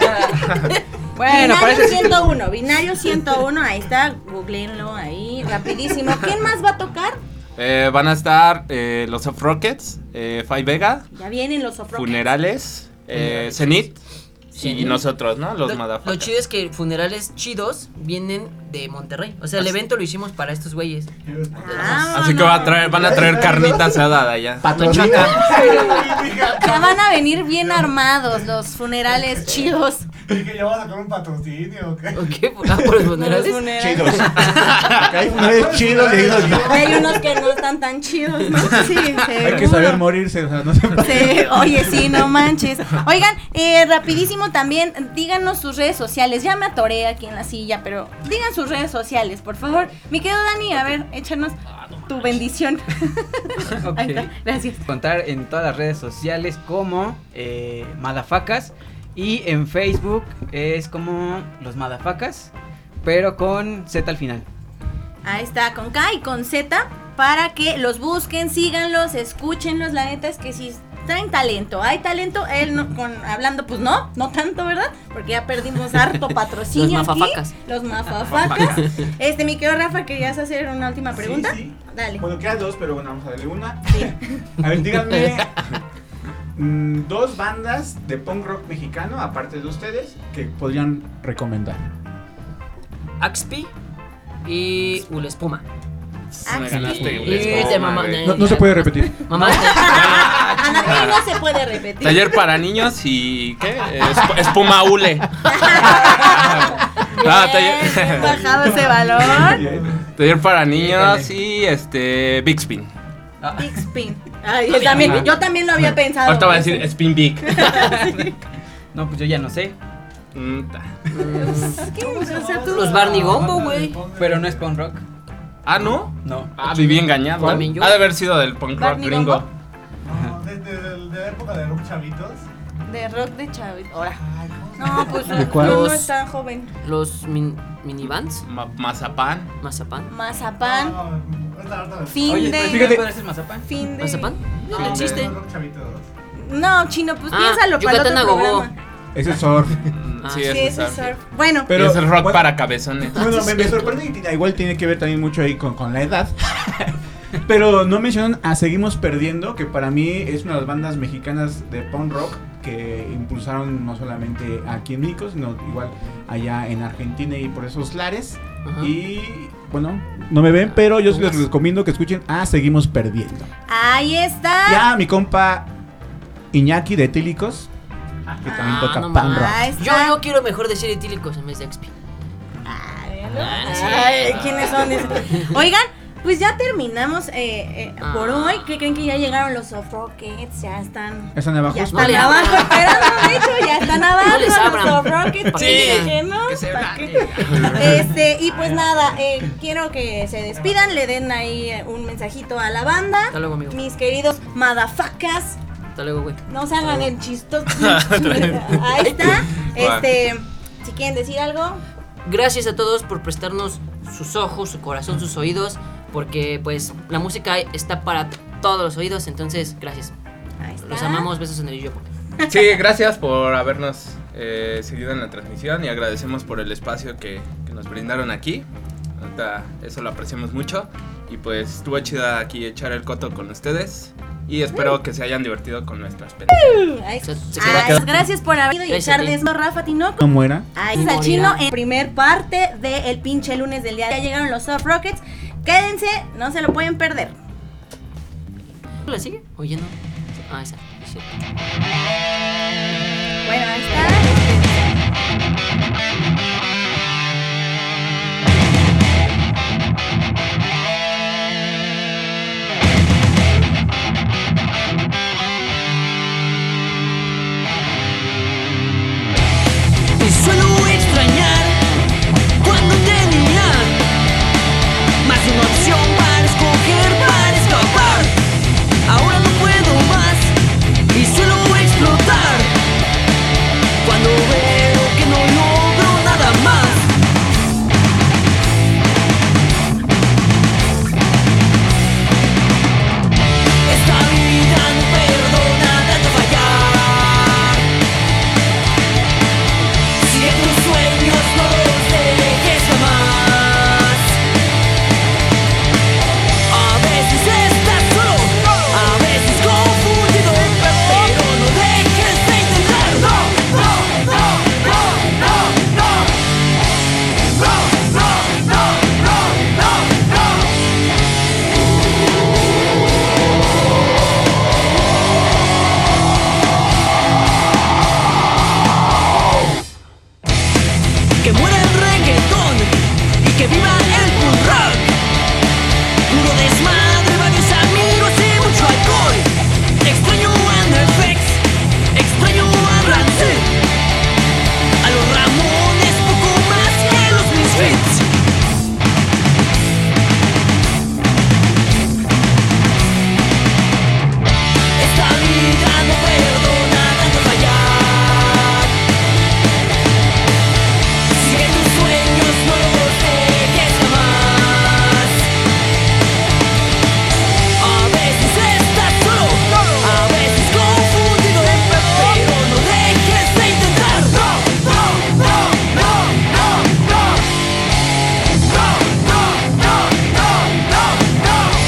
[SPEAKER 9] Bueno,
[SPEAKER 1] binario
[SPEAKER 9] parece que
[SPEAKER 1] 101, binario 101, ahí está, googleenlo ahí, rapidísimo. ¿Quién más va a tocar?
[SPEAKER 4] Eh, van a estar eh, los Off Rockets, eh, Five Vega,
[SPEAKER 1] Ya vienen los ofrocas.
[SPEAKER 4] Funerales, eh, Zenith y
[SPEAKER 3] Zenith.
[SPEAKER 4] nosotros, ¿no? Los
[SPEAKER 3] Lo- Lo
[SPEAKER 4] Madafakas.
[SPEAKER 3] chido es que funerales chidos vienen de Monterrey. O sea, el evento lo hicimos para estos güeyes.
[SPEAKER 1] Ah,
[SPEAKER 4] Así que va a traer, van a traer carnita asada de allá.
[SPEAKER 3] Ah,
[SPEAKER 2] Patrocina.
[SPEAKER 1] Ya van a venir bien armados los funerales chidos.
[SPEAKER 6] Y que ya vas a sacar un patrocinio, ¿o qué?
[SPEAKER 3] ¿O qué? Ah, por los
[SPEAKER 1] No los
[SPEAKER 3] funerales.
[SPEAKER 1] funerales.
[SPEAKER 2] Chidos. Acá hay funerales chidos y hay unos no.
[SPEAKER 1] Hay unos que no están tan chidos, ¿no? Sí,
[SPEAKER 2] Hay que
[SPEAKER 1] seguro.
[SPEAKER 2] saber morirse. O sea, no se
[SPEAKER 1] Sí, oye, sí, no manches. Oigan, eh, rapidísimo también, díganos sus redes sociales. Ya me atoré aquí en la silla, pero digan sus redes sociales, por favor. Mi querido Dani, a ver, échanos tu bendición. Ahí está, gracias.
[SPEAKER 9] Contar en todas las redes sociales como eh, Madafacas y en Facebook es como los Madafacas, pero con Z al final.
[SPEAKER 1] Ahí está, con K y con Z, para que los busquen, síganlos, escúchenlos. La neta es que si traen talento, hay talento, él no- con, hablando, pues no, no tanto, ¿verdad? Porque ya perdimos harto patrocinio.
[SPEAKER 3] Los
[SPEAKER 1] aquí.
[SPEAKER 3] mafafacas.
[SPEAKER 1] Los mafafacas. Este, mi querido Rafa, querías hacer una última pregunta.
[SPEAKER 2] Sí, sí.
[SPEAKER 1] Dale.
[SPEAKER 2] Bueno, quedan dos, pero bueno, vamos a darle una.
[SPEAKER 1] Sí.
[SPEAKER 2] A ver, díganme mm, dos bandas de punk rock mexicano, aparte de ustedes, que podrían recomendar.
[SPEAKER 3] Axpi y Ula Espuma.
[SPEAKER 4] Me
[SPEAKER 3] Y
[SPEAKER 4] ganaste, güey.
[SPEAKER 3] te
[SPEAKER 4] Es como,
[SPEAKER 3] mama-
[SPEAKER 4] güey.
[SPEAKER 2] No, no se puede repetir.
[SPEAKER 3] Mamaste.
[SPEAKER 1] Ana, y Ah, no se puede repetir.
[SPEAKER 4] Taller para niños y ¿qué? Esp- espuma hule. Ah,
[SPEAKER 1] Bien,
[SPEAKER 4] taller,
[SPEAKER 1] bajado ese balón.
[SPEAKER 4] taller para niños y este Big Spin.
[SPEAKER 1] Big spin. Ay, yo, también, yo también lo había pensado.
[SPEAKER 4] Ahorita va a decir Spin Big.
[SPEAKER 9] No, pues yo ya no sé,
[SPEAKER 4] Mm, ta.
[SPEAKER 1] ¿Qué? O sea, tú-
[SPEAKER 3] Los Barney Gombo, güey.
[SPEAKER 9] pero no es punk rock.
[SPEAKER 4] ah, ¿no?
[SPEAKER 9] No.
[SPEAKER 4] Ah, viví engañado. Ha
[SPEAKER 3] También yo.
[SPEAKER 4] de haber sido del punk rock
[SPEAKER 1] Barney
[SPEAKER 4] gringo.
[SPEAKER 1] Gumbo.
[SPEAKER 6] No, de, de, de, de época de los chavitos.
[SPEAKER 1] De rock de Chávez. Ahora. No, pues
[SPEAKER 2] ¿De
[SPEAKER 1] no,
[SPEAKER 2] cuál?
[SPEAKER 1] no es tan joven.
[SPEAKER 3] Los min- minivans.
[SPEAKER 4] Ma- Mazapán.
[SPEAKER 3] Mazapán.
[SPEAKER 1] Mazapán,
[SPEAKER 6] No, esta harta de-
[SPEAKER 1] fin
[SPEAKER 9] Oye,
[SPEAKER 1] de.
[SPEAKER 9] fíjate, ¿puedes hacer mazapán?
[SPEAKER 1] Fin de.
[SPEAKER 3] ¿Mazapán? No,
[SPEAKER 6] de-
[SPEAKER 3] existe.
[SPEAKER 6] de los chavitos.
[SPEAKER 1] No, chino, pues
[SPEAKER 3] Ah,
[SPEAKER 1] piénsalo para el
[SPEAKER 3] Yucatán
[SPEAKER 1] otro
[SPEAKER 3] a Gogó.
[SPEAKER 1] programa.
[SPEAKER 2] Ese es surf.
[SPEAKER 3] Ah,
[SPEAKER 4] sí,
[SPEAKER 3] sí,
[SPEAKER 4] es
[SPEAKER 1] Sí, ese
[SPEAKER 4] bizarro.
[SPEAKER 1] es surf. Bueno,
[SPEAKER 4] Pero es el rock
[SPEAKER 2] bueno,
[SPEAKER 4] para cabezones.
[SPEAKER 3] Ah,
[SPEAKER 2] Bueno, me, me sorprende y igual tiene que ver también mucho ahí con, con la edad. Pero no mencionan a Seguimos Perdiendo, que para mí es una de las bandas mexicanas de punk rock que impulsaron no solamente aquí en México, sino igual allá en Argentina y por esos lares.
[SPEAKER 3] Ajá. Ah,
[SPEAKER 2] Y bueno, no me ven, pero yo sí les recomiendo que escuchen a Seguimos Perdiendo.
[SPEAKER 1] ahí está.
[SPEAKER 2] Ya mi compa Iñaki de Tílicos, que también
[SPEAKER 3] Ah,
[SPEAKER 2] toca
[SPEAKER 3] no
[SPEAKER 2] punk rock.
[SPEAKER 1] Ahí
[SPEAKER 3] Yo,
[SPEAKER 1] está.
[SPEAKER 3] yo quiero mejor decir etílicos en vez de Axpi.
[SPEAKER 1] Ay, véanlo.
[SPEAKER 3] Ah, no sé.
[SPEAKER 1] Ay, ¿quiénes son? esos? Oigan, pues ya terminamos eh, eh, por
[SPEAKER 3] Ah.
[SPEAKER 1] hoy. ¿Qué creen que ya llegaron los soft rockets? Ya están.
[SPEAKER 2] Están abajo.
[SPEAKER 1] Ya
[SPEAKER 3] No
[SPEAKER 1] están
[SPEAKER 3] le
[SPEAKER 1] abajo, esperando, de hecho, ya están abajo
[SPEAKER 3] les
[SPEAKER 1] los
[SPEAKER 3] abran.
[SPEAKER 1] soft rockets.
[SPEAKER 3] Para
[SPEAKER 1] Sí,
[SPEAKER 3] que digan
[SPEAKER 1] que no,
[SPEAKER 4] que se
[SPEAKER 1] ¿para
[SPEAKER 4] van.
[SPEAKER 1] qué? Este, y pues nada, eh, quiero que se despidan, le den ahí eh, un mensajito a la banda.
[SPEAKER 3] Hasta luego, amigo.
[SPEAKER 1] Mis queridos madafacas,
[SPEAKER 3] Hasta luego, güey.
[SPEAKER 1] no se hagan el chistoso. ahí está. Este, si quieren decir algo,
[SPEAKER 3] Gracias a todos por prestarnos sus ojos, su corazón, sus oídos, porque pues la música está para todos los oídos, entonces gracias.
[SPEAKER 1] ahí está.
[SPEAKER 3] Los amamos, besos en el yopo.
[SPEAKER 4] Sí, gracias por habernos eh, seguido en la transmisión y agradecemos por el espacio que, que nos brindaron aquí. Ahorita eso lo apreciamos mucho. Y pues estuvo chida aquí echar el coto con ustedes. Y espero que se hayan divertido con nuestras pendejas.
[SPEAKER 1] Ay,
[SPEAKER 4] se
[SPEAKER 1] ay,
[SPEAKER 4] queda-
[SPEAKER 1] gracias por haber ido y
[SPEAKER 4] Gracias a
[SPEAKER 1] echar
[SPEAKER 4] ti.
[SPEAKER 1] desmo, Rafa Tinoco.
[SPEAKER 2] ¿Cómo era?
[SPEAKER 1] Ahí está Chino en primer parte del pinche lunes del día. Ya llegaron los Soft Rockets. Quédense, no se lo pueden perder.
[SPEAKER 10] ¿La sigue? Oye, no. Ah, esa. Sí.
[SPEAKER 1] Bueno, ahí está.
[SPEAKER 3] Te suelo extrañar cuando tenía más de una opción para escoger, para escapar. Ahora no puedo más y suelo explotar cuando veo que no logro nada más. Esta vida no perdona tanto fallar. Si de tus sueños no los dejes jamás A veces estás solo, a veces confundido Pero no dejes de intentar No, no, no, no, no, no No, no, no, no, no, no Que muera el reggaetón y que viva el punk rock Puro desmadre, varios amigos y mucho alcohol Extraño a Nerfex, extraño a Rancid A los Ramones poco más que los Misfits Esta vida no perdona tanto fallar si en tus sueños no los dejes jamás A veces estás solo, a veces confundido Pero no dejes de intentar No, no, no, no, no, no No, no, no, no, no, no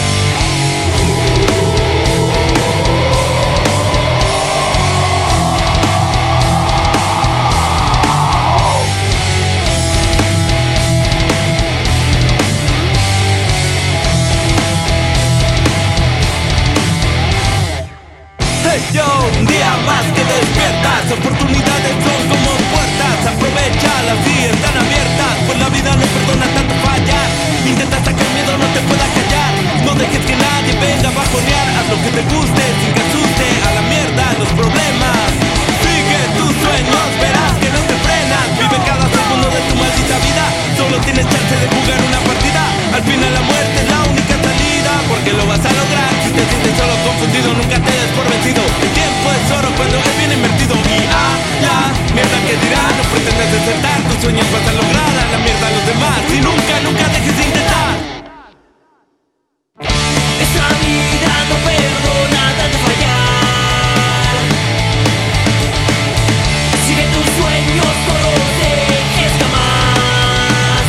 [SPEAKER 5] Hey yo, un día más que despiertas, oportunidades son como puertas, aprovechalas y están abiertas, pues la vida no perdona tanto fallar, intenta hasta que el miedo no te pueda callar, no dejes que nadie venga a bajonear, haz lo que te guste, sin que asuste a la mierda los problemas, sigue tus sueños, verás que no te frenan, vive cada segundo de tu maldita vida, solo tienes chance de jugar una partida, al final la muerte es la única salida, porque lo vas a lograr, si te sientes solo confundido, nunca te des por vencido, el tiempo es oro cuando es bien invertido, y a la mierda que dirán, no pretendas desertar, tus sueños vas a lograr, a la mierda a los demás, y nunca, nunca dejes de intentar.
[SPEAKER 3] Esta vida no perdona tanto fallar Si de tus sueños no los dejes jamás